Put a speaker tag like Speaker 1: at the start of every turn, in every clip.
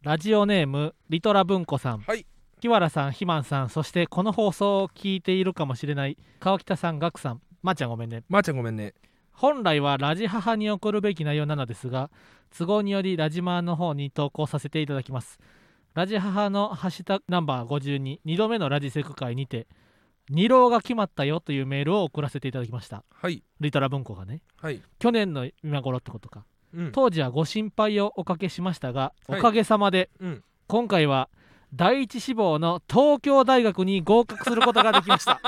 Speaker 1: ラジオネームリトラ文庫さん、
Speaker 2: はい
Speaker 1: 木原さん、ひまんさん、そしてこの放送を聞いているかもしれない川北さん、ガクさん、まー、ちゃんごめんね。
Speaker 2: まー、ちゃんごめんね
Speaker 1: 本来はラジ母に送るべき内容なのですが、都合によりラジマーの方に投稿させていただきます。ラジ母のハッシュタグナンバー52、2度目のラジセク会にて、二郎が決まったよというメールを送らせていただきました。
Speaker 2: はい
Speaker 1: リトラ文庫がね。
Speaker 2: はい、
Speaker 1: 去年の今頃ってことか。
Speaker 2: うん、
Speaker 1: 当時はご心配をおかけしましたが、
Speaker 2: はい
Speaker 1: おかげさまで、
Speaker 2: うん
Speaker 1: 今回は第一志望の東京大学に合格することができました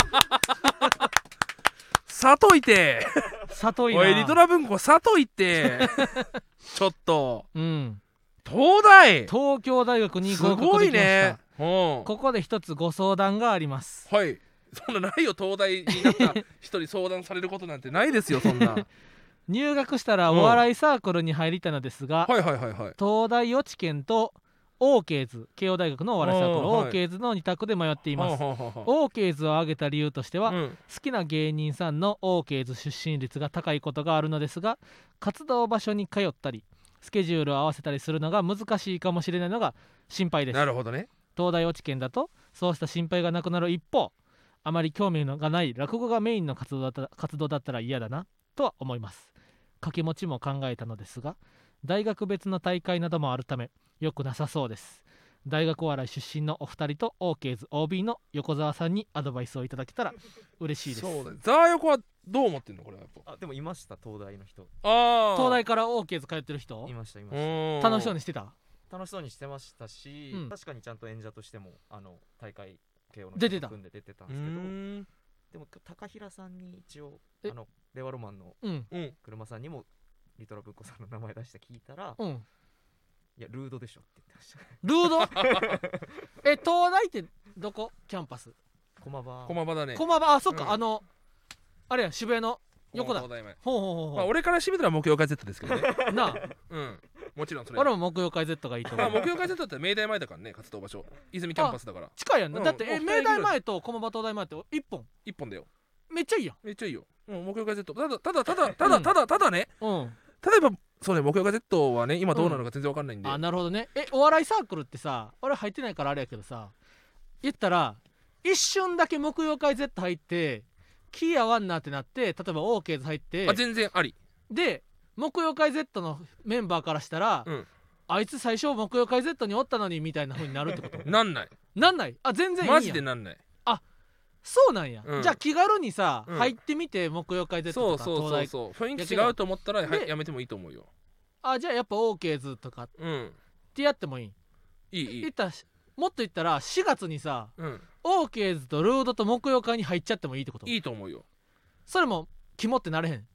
Speaker 2: さといて
Speaker 1: 里井な
Speaker 2: おいリトラ文庫さといて ちょっと
Speaker 1: うん、
Speaker 2: 東大
Speaker 1: 東京大学に
Speaker 2: す
Speaker 1: 合格
Speaker 2: ご
Speaker 1: で
Speaker 2: い
Speaker 1: きました、
Speaker 2: ねうん
Speaker 1: ここで一つご相談があります
Speaker 2: はいそんなないよ東大になった人に相談されることなんてないですよそん なはい
Speaker 1: 入学したら
Speaker 2: うん
Speaker 1: お笑いサークルに入りたいのですが、
Speaker 2: はいはいはい
Speaker 1: 東大予知研とオーケーズ慶応大学のお笑いサークル
Speaker 2: あーはい
Speaker 1: オーケーズの2択で迷っています
Speaker 2: はあはあはあ
Speaker 1: オーケーズを挙げた理由としては、
Speaker 2: うん
Speaker 1: 好きな芸人さんのオーケーズ出身率が高いことがあるのですが活動場所に通ったりスケジュールを合わせたりするのが難しいかもしれないのが心配です
Speaker 2: なるほどね
Speaker 1: 東大落ち研だとそうした心配がなくなる一方あまり興味のがない落語がメインの活動だった活動だったら嫌だなとは思います掛け持ちも考えたのですが大学別の大会などもあるため良くなさそうです大学お笑い出身のお二人と OK ズ OB の横澤さんにアドバイスをいただけたら嬉しいです
Speaker 2: そうだねザー横はどう思ってんのこれはやっぱ
Speaker 3: あでもいました東大の人
Speaker 2: あ
Speaker 1: 東大から OK ズ通ってる人
Speaker 3: いましたいました
Speaker 2: 大
Speaker 1: 楽しそうにしてた
Speaker 3: 楽しそうにしてましたし、
Speaker 1: うん
Speaker 3: 確かにちゃんと演者としてもあの大会慶応の
Speaker 1: 出てた
Speaker 3: んで出てたん
Speaker 2: う
Speaker 3: ですけど
Speaker 2: ーん
Speaker 3: でも高平さんに一応
Speaker 1: え
Speaker 3: あの令和ロマンの
Speaker 1: うん
Speaker 2: うん
Speaker 3: 車さんにもリトラブッコさんの名前出して聞いたら
Speaker 1: うん
Speaker 3: いやルードでしょって言ってました
Speaker 1: ル ードえ東大ってどこキャンパス
Speaker 3: 駒場
Speaker 2: 駒場だね
Speaker 1: 駒場あそっか、
Speaker 2: うん
Speaker 1: あのあれや渋谷の横だ
Speaker 2: 駒場大前
Speaker 1: ほうほうほう
Speaker 2: まあ
Speaker 1: ほ
Speaker 2: 俺からしてみたら目標解説ですけどね
Speaker 1: うなあ
Speaker 2: うんもちろんそれ
Speaker 1: 俺も木曜会 Z がいいと
Speaker 2: ま
Speaker 1: 思
Speaker 2: あ、目
Speaker 1: う
Speaker 2: 標解説だったら明大前だからね活動場所泉キャンパスだから
Speaker 1: 近いやんな、
Speaker 2: うん
Speaker 1: だってえ
Speaker 2: もう二人
Speaker 1: 明
Speaker 2: いる
Speaker 1: 大前と駒場東大前って一本
Speaker 2: 一本だよ
Speaker 1: めっちゃいいやん
Speaker 2: めっちゃいいよ、うん、目標解説ただただただただただただね
Speaker 1: うん
Speaker 2: 例えばそうね目標解説はね今どうなのか全然わかんないんで、
Speaker 1: あなるほどねえお笑いサークルってさ俺入ってないからあれやけどさ言ったら一瞬だけ木曜会 Z 入ってキー合わんなってなって例えば OK ズ入って
Speaker 2: あ全然あり
Speaker 1: で木曜会 Z のメンバーからしたら、
Speaker 2: うん
Speaker 1: あいつ最初木曜会 Z におったのにみたいな風になるってこと
Speaker 2: なんない
Speaker 1: なんないあ全然いいやん
Speaker 2: マジでなんない
Speaker 1: そうなんや、
Speaker 2: うん
Speaker 1: じゃあ気軽にさ、
Speaker 2: うん
Speaker 1: 入ってみて木曜会 Z
Speaker 2: そ
Speaker 1: と
Speaker 2: う
Speaker 1: か
Speaker 2: そう
Speaker 1: 東
Speaker 2: そう
Speaker 1: 大
Speaker 2: そう雰囲気
Speaker 1: いや
Speaker 2: 違
Speaker 1: 違
Speaker 2: う
Speaker 1: う
Speaker 2: と思ったらは
Speaker 1: で
Speaker 2: やめてもいいと思うよ
Speaker 1: あじゃあやっぱ OK ズとかっ
Speaker 2: うん
Speaker 1: てやってもいい
Speaker 2: いいい
Speaker 1: 言
Speaker 2: い
Speaker 1: ったらしもっと言ったら4月にさ
Speaker 2: うん
Speaker 1: OK ズとルードと木曜会に入っちゃってもいいってこと
Speaker 2: いいと思うよ
Speaker 1: それも肝ってなれへん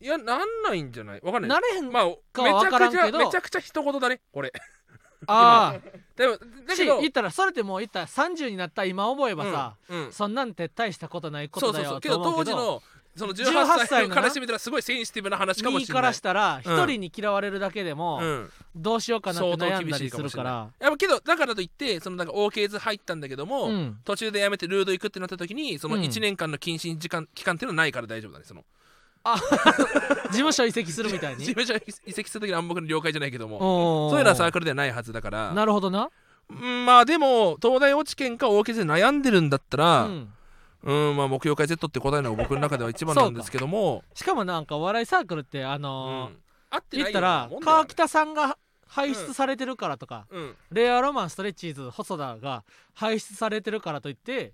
Speaker 2: いやなんないんじゃないわかんな
Speaker 1: な
Speaker 2: い
Speaker 1: れへん、
Speaker 2: まあめ
Speaker 1: かは
Speaker 2: ち
Speaker 1: わ
Speaker 2: ゃ
Speaker 1: から
Speaker 2: く
Speaker 1: ん
Speaker 2: ちゃ
Speaker 1: けど
Speaker 2: めちゃくちゃ一言だねこれ
Speaker 1: あ
Speaker 2: でも
Speaker 1: あ
Speaker 2: だ
Speaker 1: し
Speaker 2: けど
Speaker 1: 言ったらそれってもう言ったら30になった今思えばさ、
Speaker 2: うんうん
Speaker 1: そんなんて大したことないこ
Speaker 2: そ
Speaker 1: と
Speaker 2: うそ
Speaker 1: だ
Speaker 2: うそ
Speaker 1: よ
Speaker 2: うけ
Speaker 1: と
Speaker 2: ど
Speaker 1: 思
Speaker 2: 当
Speaker 1: うけ
Speaker 2: 時
Speaker 1: ど
Speaker 2: のその
Speaker 1: 18
Speaker 2: 18
Speaker 1: 歳
Speaker 2: 歳
Speaker 1: の
Speaker 2: の
Speaker 1: な
Speaker 2: からしてみたらすごいセンシティブな話かも
Speaker 1: 右
Speaker 2: しれ
Speaker 1: か
Speaker 2: ない
Speaker 1: らしたら
Speaker 2: うん
Speaker 1: 1人に嫌われるだけでも
Speaker 2: うん
Speaker 1: どうしようかなって
Speaker 2: 相当
Speaker 1: 悩ん
Speaker 2: 厳
Speaker 1: だ
Speaker 2: し
Speaker 1: り
Speaker 2: いか
Speaker 1: す
Speaker 2: も
Speaker 1: る
Speaker 2: し
Speaker 1: か
Speaker 2: れない
Speaker 1: ら
Speaker 2: やっぱけどだからといってそのなんか OK 図入ったんだけども、
Speaker 1: うん
Speaker 2: 途中でやめてルード行くってなった時にその
Speaker 1: うん
Speaker 2: 1年間の謹慎時間期間っていうのはないから大丈夫だねその
Speaker 1: 事務所移籍するみたい
Speaker 2: 事
Speaker 1: に
Speaker 2: 務所移籍する時の暗黙の了解じゃないけども
Speaker 1: おー
Speaker 2: そういうのはサークルではないはずだから
Speaker 1: なるほどな
Speaker 2: うんまあでも東大落ち研か OK 図で悩んでるんだった
Speaker 1: う
Speaker 2: ら、
Speaker 1: ん
Speaker 2: うん、まあ目標解 Z って答えのが僕の中では一番なんですけども、
Speaker 1: しかもなんかお笑いサークルってあ
Speaker 2: う
Speaker 1: のー
Speaker 2: ん、合って
Speaker 1: 言
Speaker 2: な
Speaker 1: っ
Speaker 2: いよ
Speaker 1: た
Speaker 2: うな
Speaker 1: ら
Speaker 2: もんだよ
Speaker 1: 川北さんが輩出されてるからとか、
Speaker 2: うん、
Speaker 1: レアロマンストレッチーズ細田が輩出されてるからといって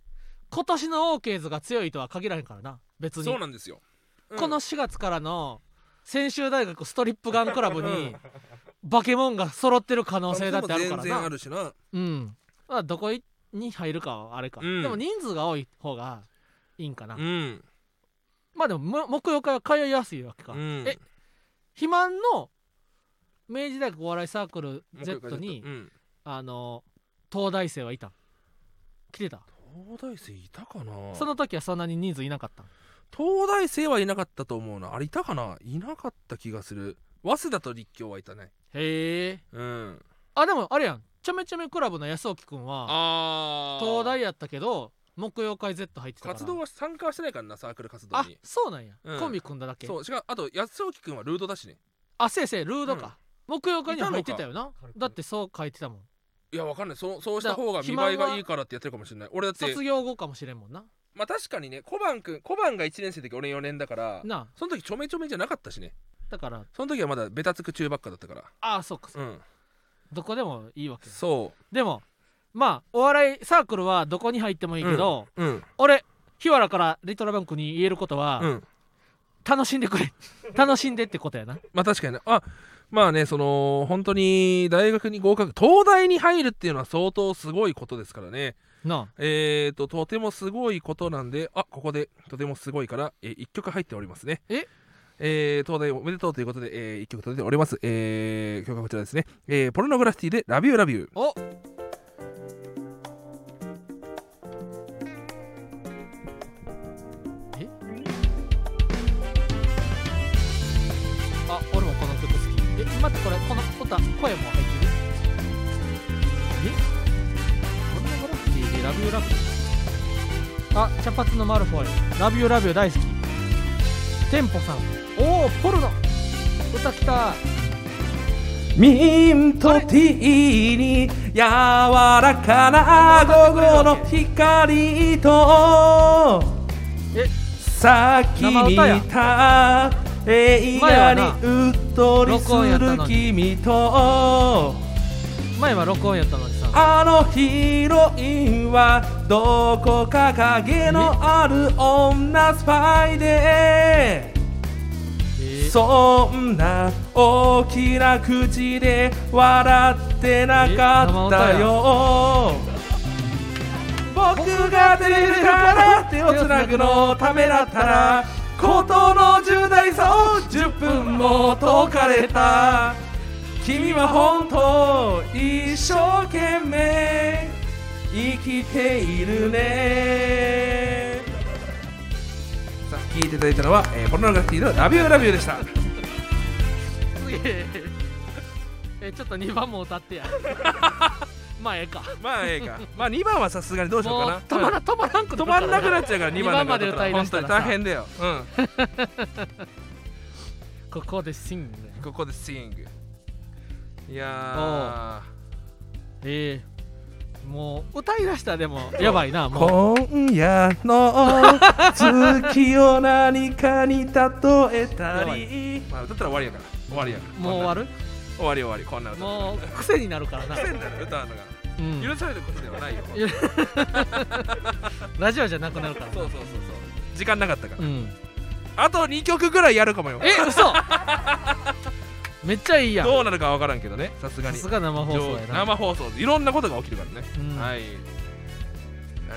Speaker 1: 今年の OK ズが強いとは限らへんからな別に
Speaker 2: そうなんですよ、うん
Speaker 1: この4月からの専修大学ストリップガンクラブにバケモンが揃ってる可能性だってあるから
Speaker 2: 全然あ
Speaker 1: な
Speaker 2: るしな
Speaker 1: うんまあどこに入るかはあれか、
Speaker 2: うん
Speaker 1: でも人数が多い方がいいんかな、
Speaker 2: うん
Speaker 1: まあでもむ木曜会は通いやすいわけか、
Speaker 2: うん
Speaker 1: え肥満の明治大学お笑いサークル Z に、
Speaker 2: うん、
Speaker 1: あの東大生はいたん来てた
Speaker 2: 東大生いたかな
Speaker 1: その時はそんなに人数いなかったん
Speaker 2: 東大生はいなかったと思うなあれいたかないなかった気がする早稲田と立教はいたね
Speaker 1: へえ
Speaker 2: うん
Speaker 1: あでもあれやんちょめちょめクラブの安沖くんは
Speaker 2: あー
Speaker 1: 東大やったけど木曜会 Z 入ってたから
Speaker 2: 活動は参加はしてないからなサークル活動
Speaker 1: あ
Speaker 2: に
Speaker 1: そうなんや、
Speaker 2: うん
Speaker 1: コンビ組んだだけ
Speaker 2: そうしかもあと安尾木君はルードだしね
Speaker 1: あせいせいルードか、木曜会には入ってたよな
Speaker 3: たのか
Speaker 1: だってそう書いてたもん
Speaker 2: いやわかんないそうそうした方が見
Speaker 1: だから
Speaker 2: 栄えがいいからってやってるかもしれない俺だって
Speaker 1: 卒業後かもしれんもんな
Speaker 2: まあ確かにね小判くん小判が1年生の時俺4年だから
Speaker 1: なあ
Speaker 2: その時ちょめちょめじゃなかったしね
Speaker 1: だから
Speaker 2: その時はまだベタつく中ばっかだったから
Speaker 1: ああそうかそう
Speaker 2: う
Speaker 1: か
Speaker 2: ん
Speaker 1: どこでもいいわけよ
Speaker 2: そ
Speaker 1: でもまあお笑いサークルはどこに入ってもいいけど、
Speaker 2: ううん
Speaker 1: 俺日原からリトラバンクに言えることは、
Speaker 2: うん
Speaker 1: 楽しんでくれ楽しんでってことやな
Speaker 2: まあ確かにねあまあねその本当に大学に合格東大に入るっていうのは相当すごいことですからね
Speaker 1: なあ
Speaker 2: えーととてもすごいことなんであここでとてもすごいから、えー、1曲入っておりますね
Speaker 1: え
Speaker 2: えー東大おめでとうということで、え1曲と出ております、えー、曲はこちらですね、えーポルノグラフィティで「ラビューラビュー」
Speaker 1: おえあ俺もこの曲好きえ待ってこれこの歌声も入ってるえこんなグラフィティでラビューラビューあ茶髪のマルフォイラビューラビュー大好きテンポさんおおポルノ歌きた
Speaker 4: ミントティーに柔らかな午後の光と
Speaker 1: え
Speaker 4: 先にいた映画にうっとりする君と
Speaker 1: 前は録音やったのにさ
Speaker 4: あのヒロインはどこか影のある女スパイで
Speaker 1: えー
Speaker 4: そんな大きな口で笑ってなかったよ僕が出るから手をつなぐのためだったらことの10代そう10分も解かれた君は本当一生懸命生きているね
Speaker 2: さあ聴いていただいたのは、えーポルノグラフィティの「ラビューラビュー」でした
Speaker 1: すげええちょっと2番も歌って やまあええか
Speaker 2: まあええかまあ2番はさすがにどうしよう
Speaker 1: もう
Speaker 2: か
Speaker 1: 止
Speaker 2: な
Speaker 1: まら止まらんく
Speaker 2: 止まんなくな
Speaker 1: っ
Speaker 2: っちゃうから2
Speaker 1: 二番
Speaker 2: 番
Speaker 1: まで
Speaker 2: なんか
Speaker 1: 歌い出
Speaker 2: 本
Speaker 1: した
Speaker 2: 当
Speaker 1: ら
Speaker 2: に
Speaker 1: さ
Speaker 2: 大変だようん
Speaker 1: ここでシング
Speaker 2: ここでスイングいや
Speaker 1: ええもう歌いだしたらでもやばいなもう
Speaker 4: 今夜の月を何かに例えたり
Speaker 2: ーまあ歌ったら終わりやから終わりやから
Speaker 1: もう終わる
Speaker 2: る終わり終わりこんな歌
Speaker 1: もう癖になるからな、
Speaker 2: 癖になる歌うのが
Speaker 1: うん
Speaker 2: 許されることで はないよ
Speaker 1: いやラジオじゃなくなるからな
Speaker 2: そうそうそうそう時間なかったから、
Speaker 1: うん
Speaker 2: あと2曲ぐらいやるかもよ
Speaker 1: え 嘘めっちゃいいやん
Speaker 2: どうなるかわからんけどねさすが
Speaker 1: さ
Speaker 2: に
Speaker 1: すが生放送やな、
Speaker 2: 生放送いろんなことが起きるからね、
Speaker 1: うん
Speaker 2: はい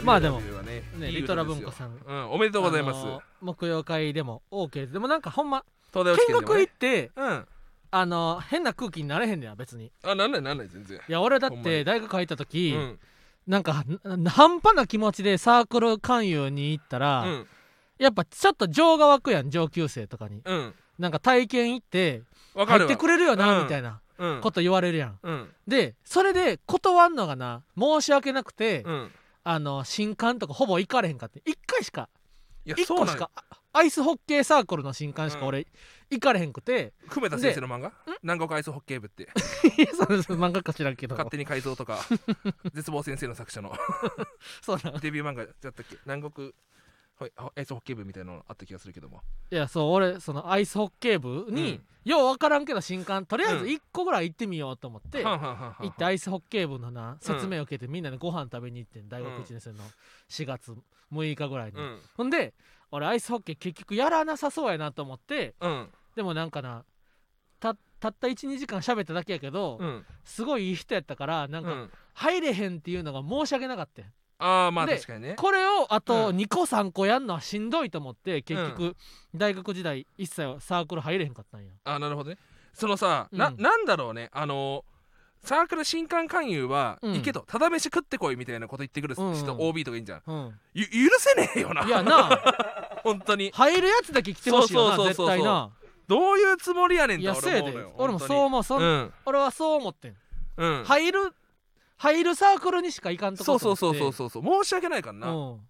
Speaker 1: まあでも
Speaker 2: ラビューラビューはね
Speaker 1: ね
Speaker 2: いい
Speaker 1: リトラ文庫さん
Speaker 2: 歌ですようんおめでとうございます、
Speaker 1: あの木曜会でも OK でもなんかほんま
Speaker 2: 東大王試
Speaker 1: 見
Speaker 2: 験でも
Speaker 1: 学
Speaker 2: ね
Speaker 1: 行って
Speaker 2: うん
Speaker 1: あの変な空気になれへんねや別に
Speaker 2: あなんないなんない全然
Speaker 1: いや俺だっ
Speaker 2: ほんま
Speaker 1: て
Speaker 2: に
Speaker 1: 大学入った
Speaker 2: う
Speaker 1: 時、
Speaker 2: ん
Speaker 1: なんかなな半端な気持ちでサークル勧誘に行ったら、
Speaker 2: うん
Speaker 1: やっぱちょっと情が湧くやん上級生とかに
Speaker 2: うん
Speaker 1: なんか体験行って
Speaker 2: わか
Speaker 1: 入
Speaker 2: る
Speaker 1: っ
Speaker 2: わ
Speaker 1: てくれるよ
Speaker 2: う
Speaker 1: なんみたいな
Speaker 2: うん
Speaker 1: こと言われるやん、
Speaker 2: うん
Speaker 1: でそれで断んのがな申し訳なくて、
Speaker 2: うん
Speaker 1: あの新刊とかほぼ行かれへんかって1回しか
Speaker 2: いや
Speaker 1: 1
Speaker 2: そう
Speaker 1: 個
Speaker 2: な
Speaker 1: し
Speaker 2: のよ
Speaker 1: かあアイスホッケーサークルの新刊しか
Speaker 2: うん
Speaker 1: 俺行かれへんくて、
Speaker 2: 久米田先生の漫画南国アイスホッケー部って
Speaker 1: いやそうです漫画か知らんけど
Speaker 2: 勝手に改造とか 絶望先生の作者の
Speaker 1: そうなん
Speaker 2: デビュー漫画だったっけ南国はいあアイスホッケー部みたいなのあった気がするけども
Speaker 1: いやそう俺そのアイスホッケー部に、よう分からんけど新刊とりあえず1個ぐらい行ってみようと思って、
Speaker 2: はんはんはんはんはん
Speaker 1: 行ってアイスホッケー部のな説明を受けてみんなでご飯食べに行ってん大学
Speaker 2: うん
Speaker 1: 1年生の4月6日ぐらいに、
Speaker 2: うん
Speaker 1: ほんで俺アイスホッケー結局やらなさそうやなと思って
Speaker 2: うん
Speaker 1: でもなんかなたたった12時間喋っただけやけど、
Speaker 2: うん
Speaker 1: すごいいい人やったからなん
Speaker 2: う
Speaker 1: か
Speaker 2: ん
Speaker 1: 入れへんっていうのが申し訳なかったよ
Speaker 2: ああまあ
Speaker 1: で
Speaker 2: 確かにね
Speaker 1: これをあと
Speaker 2: うん
Speaker 1: 2個3個やんのはしんどいと思って結
Speaker 2: う
Speaker 1: 局大学時代一切サークル入れへんかったんや
Speaker 2: あなるほどねそのさ、な
Speaker 1: うん
Speaker 2: なんだろうねあのサークル新刊勧誘は、
Speaker 1: うん
Speaker 2: 行けとただ飯食ってこいみたいなこと言ってくる
Speaker 1: うんうん
Speaker 2: 人 OB とかいいんじゃん、
Speaker 1: うん
Speaker 2: ゆ許せねえよない
Speaker 1: やな
Speaker 2: 本当に
Speaker 1: 入るやつだけ来てほしいよな
Speaker 2: そうそう
Speaker 1: 絶
Speaker 2: そうそう
Speaker 1: 対な
Speaker 2: どういうつもりやねん
Speaker 1: い
Speaker 2: と
Speaker 1: やせい
Speaker 2: 俺思う
Speaker 1: で
Speaker 2: のよ
Speaker 1: 俺もそう思うそ
Speaker 2: 本
Speaker 1: ん、
Speaker 2: 当に
Speaker 1: 俺はそう思ってん
Speaker 2: うんうん
Speaker 1: 入る入るサークルにしか行かんと
Speaker 2: そ
Speaker 1: こ
Speaker 2: うそうそうそう
Speaker 1: う
Speaker 2: そうそう申し訳ないからな、
Speaker 1: うん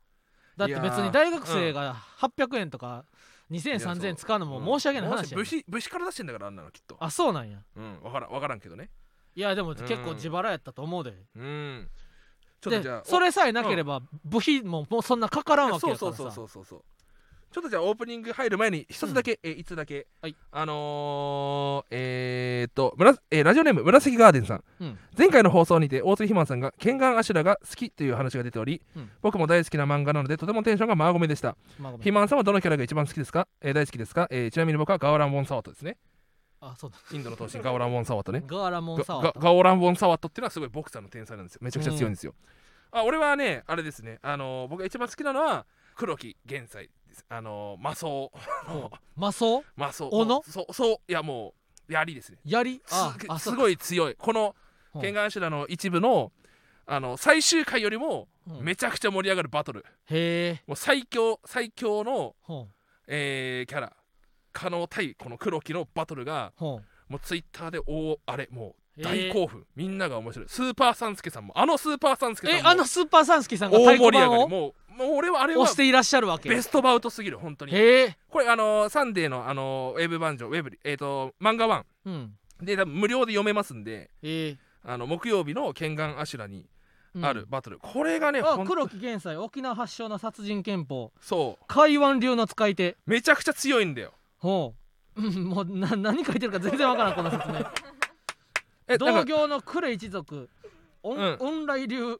Speaker 1: だって
Speaker 2: いや
Speaker 1: 別
Speaker 2: ー
Speaker 1: に大学生が800円とか2000、
Speaker 2: いやそう
Speaker 1: 3000使うのも申し訳ない話や
Speaker 2: 武
Speaker 1: ね
Speaker 2: 士武士から出してんだからあんなのきっと
Speaker 1: あそうなんや
Speaker 2: うんわからんわからんけどね
Speaker 1: いやでも結構自腹やったと思うで、
Speaker 2: うんちょっと
Speaker 1: で
Speaker 2: じゃあ
Speaker 1: それさえなければ部品ももうそんなかからんわけ
Speaker 2: そう
Speaker 1: やか
Speaker 2: そ
Speaker 1: ら
Speaker 2: う
Speaker 1: さ
Speaker 2: そうそうそうそうちょっとじゃあオープニング入る前に一つだけ、えいつだけ、
Speaker 1: はい
Speaker 2: あのー、えー、っとむら、えーラジオネーム紫ガーデンさん
Speaker 1: うん
Speaker 2: 前回の放送にて大津ひまんさんが「ケンガンアシュラ」が好きという話が出ており、
Speaker 1: うん
Speaker 2: 僕も大好きな漫画なのでとてもテンションがマーゴメでした
Speaker 1: まあごめん
Speaker 2: ひまんさんはどのキャラが一番好きですか、えー大好きですか、えーちなみに僕はガオラン・ボン・サワットですね
Speaker 1: あそうだ
Speaker 2: インドの闘神ガオラン・ボン・サワットね
Speaker 1: ガーラモンサ
Speaker 2: が
Speaker 1: ワ
Speaker 2: が
Speaker 1: ー
Speaker 2: ガオラン・ボン・サワットっていうのはすごいボクサーの天才なんですよめちゃくちゃ強いんですよ、あ俺はねあれですねあのー僕が一番好きなのは黒木玄斎ですあのー魔装
Speaker 1: マソ
Speaker 2: 魔装
Speaker 1: 斧
Speaker 2: もうそうそういやもう槍ですね
Speaker 1: 槍あ
Speaker 2: す
Speaker 1: あ
Speaker 2: す
Speaker 1: そう
Speaker 2: ごい強いこの
Speaker 1: うん
Speaker 2: 剣眼柱の一部のあの最終回よりも
Speaker 1: うん
Speaker 2: めちゃくちゃ盛り上がるバトル、
Speaker 1: へえ
Speaker 2: もう最強最強の、
Speaker 1: ほん
Speaker 2: えーキャラ可能対この黒木のバトルが
Speaker 1: ほん
Speaker 2: もうツイッターで大あれもう
Speaker 1: へ
Speaker 2: 大
Speaker 1: え
Speaker 2: 興奮、みんなが面白いスーパーサンスケさんもあのスーパーサンスケさん
Speaker 1: え
Speaker 2: も
Speaker 1: あのスーパーサンスキーさんが太
Speaker 2: 大盛
Speaker 1: 鼓
Speaker 2: り上
Speaker 1: 判
Speaker 2: がり
Speaker 1: を
Speaker 2: もうもう俺はあれは
Speaker 1: 押していらっしゃるわけ
Speaker 2: ベストバウトすぎる本当に
Speaker 1: へえ
Speaker 2: これあのーサンデーのあのーウェブ版上ウェブえっ、と漫画版
Speaker 1: うん
Speaker 2: で多分無料で読めますんで
Speaker 1: ええ
Speaker 2: あの木曜日の「剣眼アシュラ」に
Speaker 1: うん
Speaker 2: あるバトル、これがね
Speaker 1: あ
Speaker 2: ほん
Speaker 1: 黒木玄斎沖縄発祥の殺人拳法
Speaker 2: そう
Speaker 1: 海湾流の使い手
Speaker 2: めちゃくちゃ強いんだよ
Speaker 1: ほううんもうな 何書いてるか全然わからんこの説明
Speaker 2: えだ
Speaker 1: 同
Speaker 2: か
Speaker 1: 業の呉一族おん
Speaker 2: うん
Speaker 1: 恩来流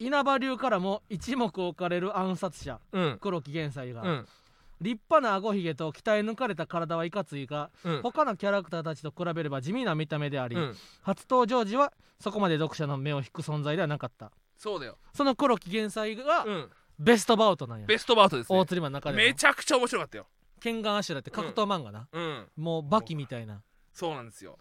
Speaker 1: 稲葉流からも一目置かれる暗殺者
Speaker 2: らうん
Speaker 1: 黒木玄斎が、
Speaker 2: うん
Speaker 1: 立派な顎ひげと鍛え抜かれた体はいかついが、
Speaker 2: うん
Speaker 1: 他のキャラクターたちと比べれば地味な見た目であり、
Speaker 2: うん
Speaker 1: 初登場時はそこまで読者の目を引く存在ではなかった
Speaker 2: そうだよ、
Speaker 1: その黒木玄斎が
Speaker 2: うん、
Speaker 1: ベストバウトなんや、
Speaker 2: ベストバウトです、
Speaker 1: 大
Speaker 2: ね、
Speaker 1: 釣りマンの中で
Speaker 2: め
Speaker 1: も
Speaker 2: ちゃくちゃ面白かったよ
Speaker 1: 剣眼アシュラって格闘漫画な、
Speaker 2: うん
Speaker 1: もうバキみたいな
Speaker 2: そうなんですよ、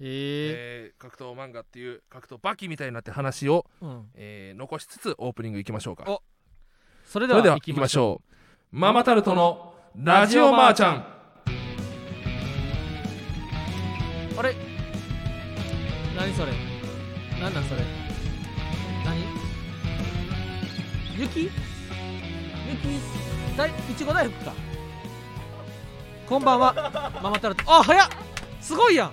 Speaker 1: ええ
Speaker 2: えー格闘漫画っていう格闘バキみたいになって話を
Speaker 1: うん、
Speaker 2: えー残しつつオープニングいきましょうか
Speaker 1: おそれで
Speaker 2: それでは
Speaker 1: はいい
Speaker 2: き
Speaker 1: き
Speaker 2: ま
Speaker 1: ま
Speaker 2: し
Speaker 1: しょう
Speaker 2: ょうママタルトのラジオマーちゃん
Speaker 1: あれ何それ何なんそれ何雪雪だいいちご大福かこんばんはママタルトあ早っすごいやん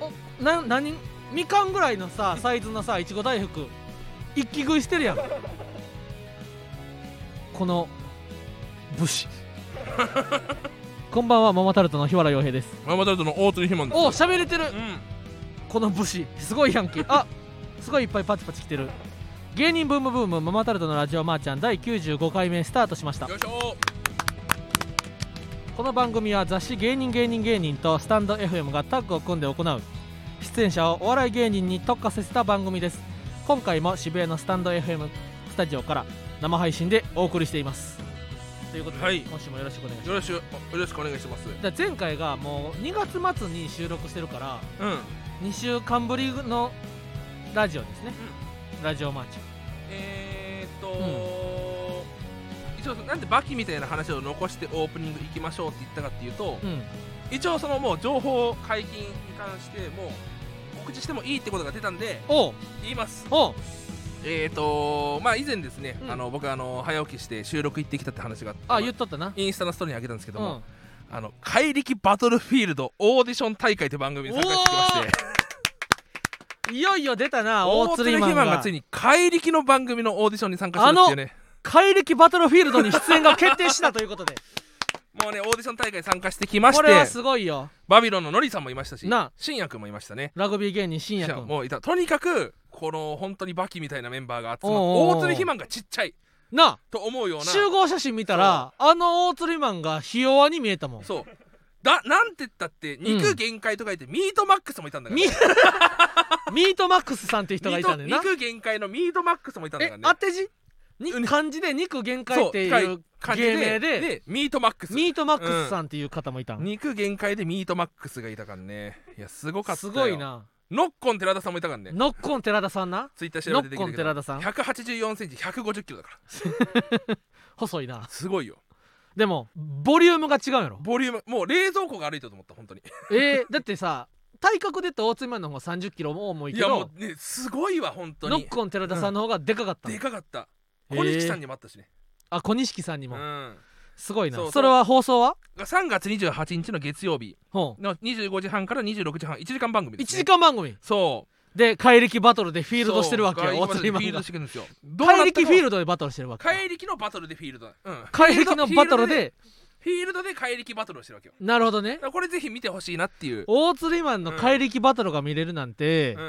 Speaker 1: おな何みかんぐらいのさサイズのさいちご大福一気食いしてるやんこの武士こんばんはママタルトの日原洋平です
Speaker 2: ママタルトの大鳥ひまんです
Speaker 1: お喋れてる
Speaker 2: うん
Speaker 1: この武士すごいやんけあすごいいっぱいパチパチ来てる芸人ブームブームママタルトのラジオマーちゃん第95回目スタートしました
Speaker 2: よいしょ
Speaker 1: この番組は雑誌芸人芸人芸人とスタンド FM がタッグを組んで行う出演者をお笑い芸人に特化させた番組です今回も渋谷のスタンド FM スタジオから生配信でお送りしていますということで、
Speaker 2: はい
Speaker 1: 今週もよろしくお願いし
Speaker 2: よろしくおよろしくお願いします
Speaker 1: ますで前回がもう2月末に収録してるから
Speaker 2: うん
Speaker 1: 2週間ぶりのラジオですね、ラジオマーチ
Speaker 2: えー、っと、一応なんでバキみたいな話を残してオープニング行きましょうって言ったかっていうと、
Speaker 1: うん
Speaker 2: 一応そのもう情報解禁に関してもう告知してもいいってことが出たんで
Speaker 1: おう
Speaker 2: 言います
Speaker 1: おう
Speaker 2: えー、っとまあ以前ですね、
Speaker 1: うん
Speaker 2: あの僕あの早起きして収録行ってきたって話があって
Speaker 1: あ言っとったな
Speaker 2: インスタのストーリーにあげたんですけど
Speaker 1: うん
Speaker 2: も、あの怪力バトルフィールドオーディション大会という番組に参加してきまして
Speaker 1: いよいよ出たな
Speaker 2: 大
Speaker 1: 大
Speaker 2: 鶴
Speaker 1: 釣
Speaker 2: ひ
Speaker 1: り
Speaker 2: ま
Speaker 1: マン
Speaker 2: ん
Speaker 1: が
Speaker 2: がついに怪力の番組のオーディションに参加するっていうね
Speaker 1: 怪力バトルフィールドに出演が決定したということで
Speaker 2: もうねオーディション大会参加して きまし
Speaker 1: これは
Speaker 2: て
Speaker 1: すごいよ
Speaker 2: バビロンのノリさんもいましたし
Speaker 1: なあ
Speaker 2: 新也くんもいましたね
Speaker 1: ラグビー芸人深夜
Speaker 2: い
Speaker 1: く
Speaker 2: や
Speaker 1: ん
Speaker 2: もういたとにかくこの本当にバキみたいなメンバーが集まって
Speaker 1: おうおうおう
Speaker 2: 大鶴ひまんがちっちゃい
Speaker 1: な
Speaker 2: と思うよう
Speaker 1: あ
Speaker 2: な
Speaker 1: 集合写真見たらあの大釣りマンがひ弱に見えた もん
Speaker 2: そうだなんて言ったって肉限界と書いてミートマックスもいたんだから、
Speaker 1: ミミートマックスさんっていう人がいたんだよな
Speaker 2: 肉肉限界のミートマックスもいたんだ
Speaker 1: え
Speaker 2: からね
Speaker 1: 当て字に漢字で肉限界って
Speaker 2: そ
Speaker 1: いう
Speaker 2: 感じ
Speaker 1: 芸名で
Speaker 2: でミートマックス
Speaker 1: ミートマックスさんっていう方もいたん
Speaker 2: 肉限界でミートマックスがいたかんねいやすごかった
Speaker 1: す
Speaker 2: よ
Speaker 1: ごいな
Speaker 2: ノッコン寺田さんもいたかんね
Speaker 1: ノッコン寺田さんな
Speaker 2: ツイッター調べて出てきたけど
Speaker 1: ノッコン寺田さん
Speaker 2: 184センチ150キロだから
Speaker 1: 細いな
Speaker 2: すごいよ
Speaker 1: でもボリュームが違うやろ
Speaker 2: ボリュームもう冷蔵庫が歩いてると思った本当に
Speaker 1: えー、だってさ体格で言ったら大津マンの方が3 0キロも重い
Speaker 2: い
Speaker 1: け
Speaker 2: やも
Speaker 1: ど
Speaker 2: うねすごいわ本当
Speaker 1: ノ
Speaker 2: に
Speaker 1: ッコン寺田さんの方がでかかったの、
Speaker 2: でかかった
Speaker 1: へー
Speaker 2: 小西さんにもあったしね
Speaker 1: あ小錦さんに
Speaker 2: う
Speaker 1: も、
Speaker 2: ん
Speaker 1: すごいな
Speaker 2: そう
Speaker 1: それは放送は
Speaker 2: が3月28日の月曜日
Speaker 1: ほ
Speaker 2: の25時半から26時半1時間番組
Speaker 1: う1
Speaker 2: です、ね、
Speaker 1: 時間番組
Speaker 2: そう
Speaker 1: で怪力バトルでフィールドしてるわけ
Speaker 2: そう
Speaker 1: よお釣り
Speaker 2: フ
Speaker 1: 漫
Speaker 2: ィールド
Speaker 1: 画
Speaker 2: してくるんですよどうなった
Speaker 1: 怪
Speaker 2: か
Speaker 1: 力フィールドでバトルしてるわけ
Speaker 2: 怪力のバトルでフィールドうん
Speaker 1: 怪力のバトルで
Speaker 2: フィールドで怪力バトルをしてるわけよ
Speaker 1: なるほどね
Speaker 2: だからこれぜひ見てほしいなっていう、
Speaker 1: 大釣りマンの怪力バトルが見れるなんて
Speaker 2: う、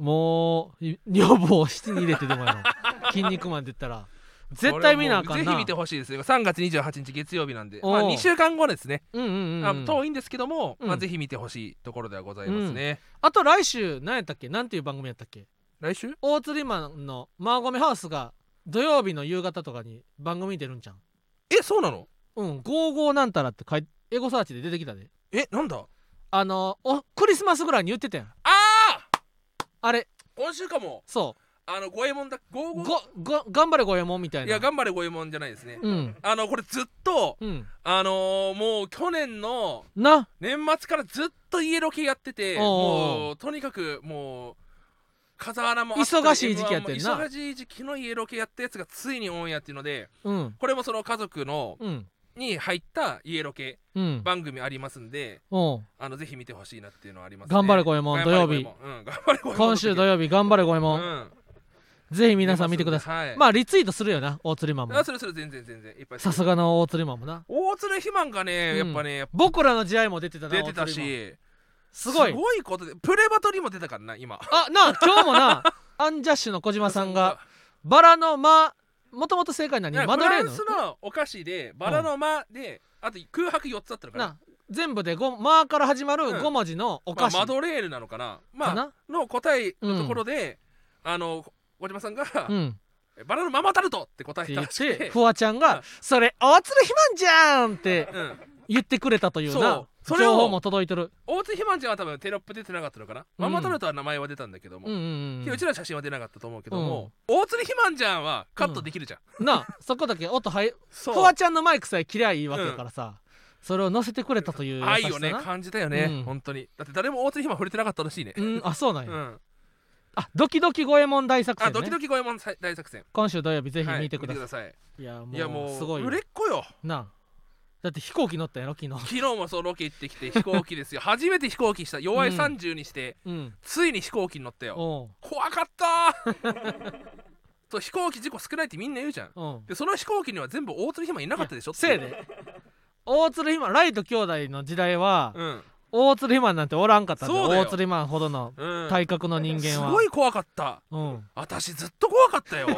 Speaker 2: ん、
Speaker 1: もうい女房を質に入れてでもやろ 筋肉マンって言ったら絶対見なあかん
Speaker 2: これもぜ
Speaker 1: な
Speaker 2: ひ見てほしいですね3月28日月曜日なんで、
Speaker 1: おう
Speaker 2: まあ、2週間後ですね、
Speaker 1: うんうん
Speaker 2: あ
Speaker 1: うん、
Speaker 2: 遠いんですけども、
Speaker 1: うん
Speaker 2: まあ、ぜひ見てほしいところではございますね、
Speaker 1: あと来週何やったっけなんていう番組やったっけ
Speaker 2: 来週
Speaker 1: 大釣りマンのマーゴメハウスが土曜日の夕方とかに番組に出るんじゃん
Speaker 2: えそうなの
Speaker 1: うん「55なんたら」って書いエゴサーチで出てきたで
Speaker 2: えなんだ
Speaker 1: あのおクリスマスぐらいに言ってたやん
Speaker 2: ああ
Speaker 1: あれ
Speaker 2: 今週かも
Speaker 1: そ
Speaker 2: あの五右衛門だ五
Speaker 1: う
Speaker 2: 五
Speaker 1: ごご頑張れゴエモンみたいない
Speaker 2: や頑張れ五右衛門じゃないですね、
Speaker 1: うん
Speaker 2: あのこれずっと
Speaker 1: うん
Speaker 2: あのーもう去年の
Speaker 1: な
Speaker 2: 年末からずっと家ロケやってて
Speaker 1: おうおう
Speaker 2: もうとにかくもう風穴もあったり
Speaker 1: 忙しい時期やってんな
Speaker 2: M1 も忙しい時期の家ロケやったやつがついにオンエアっていうので
Speaker 1: うん
Speaker 2: これもその家族の
Speaker 1: うん
Speaker 2: に入った家ロケ
Speaker 1: うん
Speaker 2: 番組ありますんで
Speaker 1: おう
Speaker 2: あのぜひ見てほしいなっていうのはありますね
Speaker 1: 頑張れゴエモン土曜日
Speaker 2: 頑張れ五右衛門うん頑張れ五右衛門
Speaker 1: 今週土曜日頑張れゴエモン
Speaker 2: うん
Speaker 1: ぜひ皆さん見てくださ
Speaker 2: さ
Speaker 1: い
Speaker 2: ま
Speaker 1: まあリツイートするよな大釣りマンも
Speaker 2: あそれそれ全然全然いっぱいす
Speaker 1: さ
Speaker 2: る
Speaker 1: すがの大釣りマンもな
Speaker 2: 大鶴肥満がね
Speaker 1: う
Speaker 2: や
Speaker 1: ん
Speaker 2: っぱねやっぱ
Speaker 1: 僕らの試合も出てたな
Speaker 2: 出てた
Speaker 1: 大釣りマン
Speaker 2: し
Speaker 1: すごい
Speaker 2: すごいことでプレバトにも出たからな今
Speaker 1: あなあ今日も なアンジャッシュの小島さんがバラの間もともと正解ないに
Speaker 2: や
Speaker 1: マドレー
Speaker 2: フラン
Speaker 1: ヌ
Speaker 2: スのお菓子でバラの間で、あと空白4つだったのかな
Speaker 1: な全部でご間から始まる
Speaker 2: うん
Speaker 1: 5文字のお
Speaker 2: まあ、
Speaker 1: 菓子
Speaker 2: マドレールなのかな,、ま
Speaker 1: か
Speaker 2: あ、
Speaker 1: な
Speaker 2: の答えのところで、あの小島さんが、
Speaker 1: うん
Speaker 2: バラのママタルト」って答
Speaker 1: って
Speaker 2: えた
Speaker 1: 言っ
Speaker 2: らしく
Speaker 1: て
Speaker 2: て
Speaker 1: フ、ワちゃんが「それ大鶴ひまんじゃん!」って
Speaker 2: うん、
Speaker 1: 言ってくれたというな
Speaker 2: そうそれを
Speaker 1: 情報も届いてる
Speaker 2: 大津ひまんちゃんは多分テロップ出てなかったのかな、ママタルトは名前は出たんだけども、
Speaker 1: うんうん
Speaker 2: でうち
Speaker 1: う
Speaker 2: らの写真は出なかったと思うけども、大津ひまんちゃんはカットできるじゃん、
Speaker 1: んなあそこだけ音入る
Speaker 2: そう
Speaker 1: フワちゃんのマイクさえ切りゃいいわけだからさそれを載せてくれたという優
Speaker 2: 愛
Speaker 1: し
Speaker 2: を
Speaker 1: さ
Speaker 2: ね
Speaker 1: な
Speaker 2: 感じたよね、
Speaker 1: うん
Speaker 2: 本当にだって誰も大津ひまん触れてなかったらしいね、
Speaker 1: うんあそうなん
Speaker 2: う
Speaker 1: や
Speaker 2: ん、
Speaker 1: あドキドキ五右衛門大作
Speaker 2: あ
Speaker 1: 戦
Speaker 2: ドキド
Speaker 1: ね
Speaker 2: キ五右衛門さい大作戦
Speaker 1: 今週土曜日ぜひ
Speaker 2: はい
Speaker 1: 見てくださ
Speaker 2: 見てください
Speaker 1: いいや
Speaker 2: いや
Speaker 1: も
Speaker 2: も
Speaker 1: う
Speaker 2: う
Speaker 1: すごいよ
Speaker 2: 売れっ子よ
Speaker 1: なあだって飛行機乗ったやろ昨日
Speaker 2: 昨日もそうロケ行ってきて飛行機ですよ 初めて飛行機した弱い
Speaker 1: うん
Speaker 2: 30にして、
Speaker 1: うん
Speaker 2: ついに飛行機に乗ったよ
Speaker 1: おう
Speaker 2: 怖かったー と飛行機事故少ないってみんな言うじゃん
Speaker 1: うん
Speaker 2: でその飛行機には全部大鶴ひまいなかったでしょ
Speaker 1: せい で大鶴ひまライト兄弟の時代は、
Speaker 2: うん、
Speaker 1: 大鶴ひまなんておらんかったんだ
Speaker 2: そうだよ
Speaker 1: 大鶴ひまほどの
Speaker 2: うん、
Speaker 1: 体格の人間
Speaker 2: す
Speaker 1: は、
Speaker 2: ごい怖かった
Speaker 1: うん
Speaker 2: 私ずっと怖かっ たよ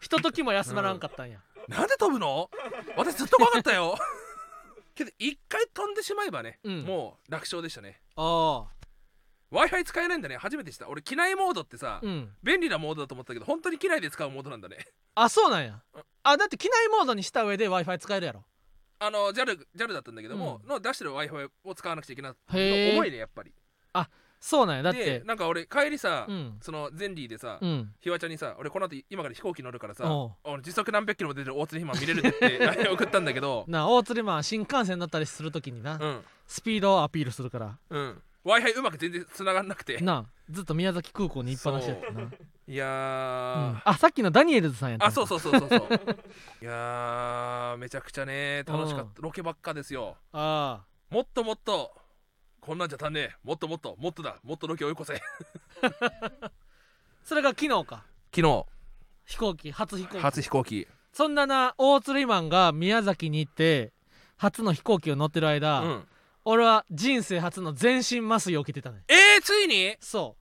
Speaker 1: ひとときも休まらんかったんや、
Speaker 2: なんで飛ぶの私ずっと怖かったよ けど一回飛んでしまえばね、
Speaker 1: うん
Speaker 2: もう楽勝でしたね
Speaker 1: あ
Speaker 2: w i f i 使えないんだね初めて知った俺機内モードってさ、
Speaker 1: あうん
Speaker 2: 便利なモードだと思ったけど本当に機内で使うモードなんだね
Speaker 1: あそうなんやあだって機内モードにした上で w i f i 使えるやろ
Speaker 2: あの JAL, JAL だったんだけども、
Speaker 1: う
Speaker 2: の出してる w i f i を使わなくちゃいけない
Speaker 1: へえ
Speaker 2: 重いねやっぱり
Speaker 1: そうなんやだっ
Speaker 2: で
Speaker 1: て
Speaker 2: なんか俺帰りさ、
Speaker 1: うん
Speaker 2: そのゼンリーでさ、
Speaker 1: うん
Speaker 2: ひわちゃんにさ俺この後今から飛行機乗るからさ
Speaker 1: お
Speaker 2: あの時速何百キロも出てる大津ひま見れるって LINE 送ったんだ けど
Speaker 1: なあ大鶴ひまは新幹線乗ったりするときにな、
Speaker 2: うん
Speaker 1: スピードをアピールするから
Speaker 2: うん w i f i うまく全然繋がんなくて
Speaker 1: なあずっと宮崎空港にいっぱなしやったなうん
Speaker 2: いやー、
Speaker 1: あさっきのダニエルズさんやった
Speaker 2: あそうそうそうそうそういやーめちゃくちゃね楽しかったロケばっかですよ
Speaker 1: あ
Speaker 2: もっともっとこんなんじゃ足んねえもっともっともっとだもっとロケ追い越せ 昨
Speaker 1: あそれが昨日か
Speaker 2: 日
Speaker 1: 飛行機初飛行機
Speaker 2: 初飛行機
Speaker 1: そんなな大釣りマンが宮崎に行って初の飛行機を乗ってる間、
Speaker 2: うん
Speaker 1: 俺は人生初の全身麻酔を受けてたね
Speaker 2: えー、ついに
Speaker 1: そ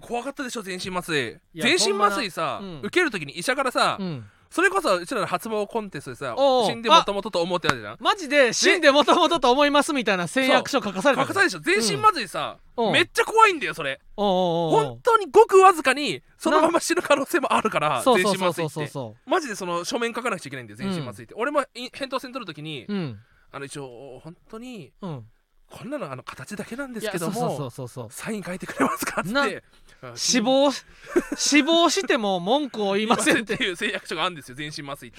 Speaker 2: 怖かったでしょ全身麻酔
Speaker 1: いや
Speaker 2: 全身麻酔さ、
Speaker 1: ほんまなうん
Speaker 2: 受けるときに医者からさ、
Speaker 1: う、うん、
Speaker 2: それこそうちらの発毛コンテストでさ
Speaker 1: おうおう
Speaker 2: 死んでもともとと思ってあるじゃん
Speaker 1: マジで死んでもともとと思いますみたいな誓約書書かされた
Speaker 2: 隠されでしょ全身麻酔さ、
Speaker 1: うん
Speaker 2: めっちゃ怖いんだよそれ
Speaker 1: おうおうおう
Speaker 2: 本当にごくわずかにそのまま死ぬ可能性もあるから
Speaker 1: そう
Speaker 2: 全
Speaker 1: そう
Speaker 2: 身
Speaker 1: そ
Speaker 2: 麻
Speaker 1: うそ
Speaker 2: 酔
Speaker 1: うそう
Speaker 2: って
Speaker 1: そ
Speaker 2: マジでその書面書かなくちゃいけないんだよ全身麻酔って、俺もい扁桃腺取るときに、
Speaker 1: ううん
Speaker 2: あの一応本当に
Speaker 1: うん
Speaker 2: こんなのあの形だけなん
Speaker 1: い
Speaker 2: です
Speaker 1: や
Speaker 2: けども
Speaker 1: そうそうそうそうそう
Speaker 2: サイン書いてくれますかっつっ
Speaker 1: な
Speaker 2: てあ
Speaker 1: 死亡し死亡しても文句を言いませんっ
Speaker 2: って
Speaker 1: て
Speaker 2: いう誓約書があるんですよ全身麻酔って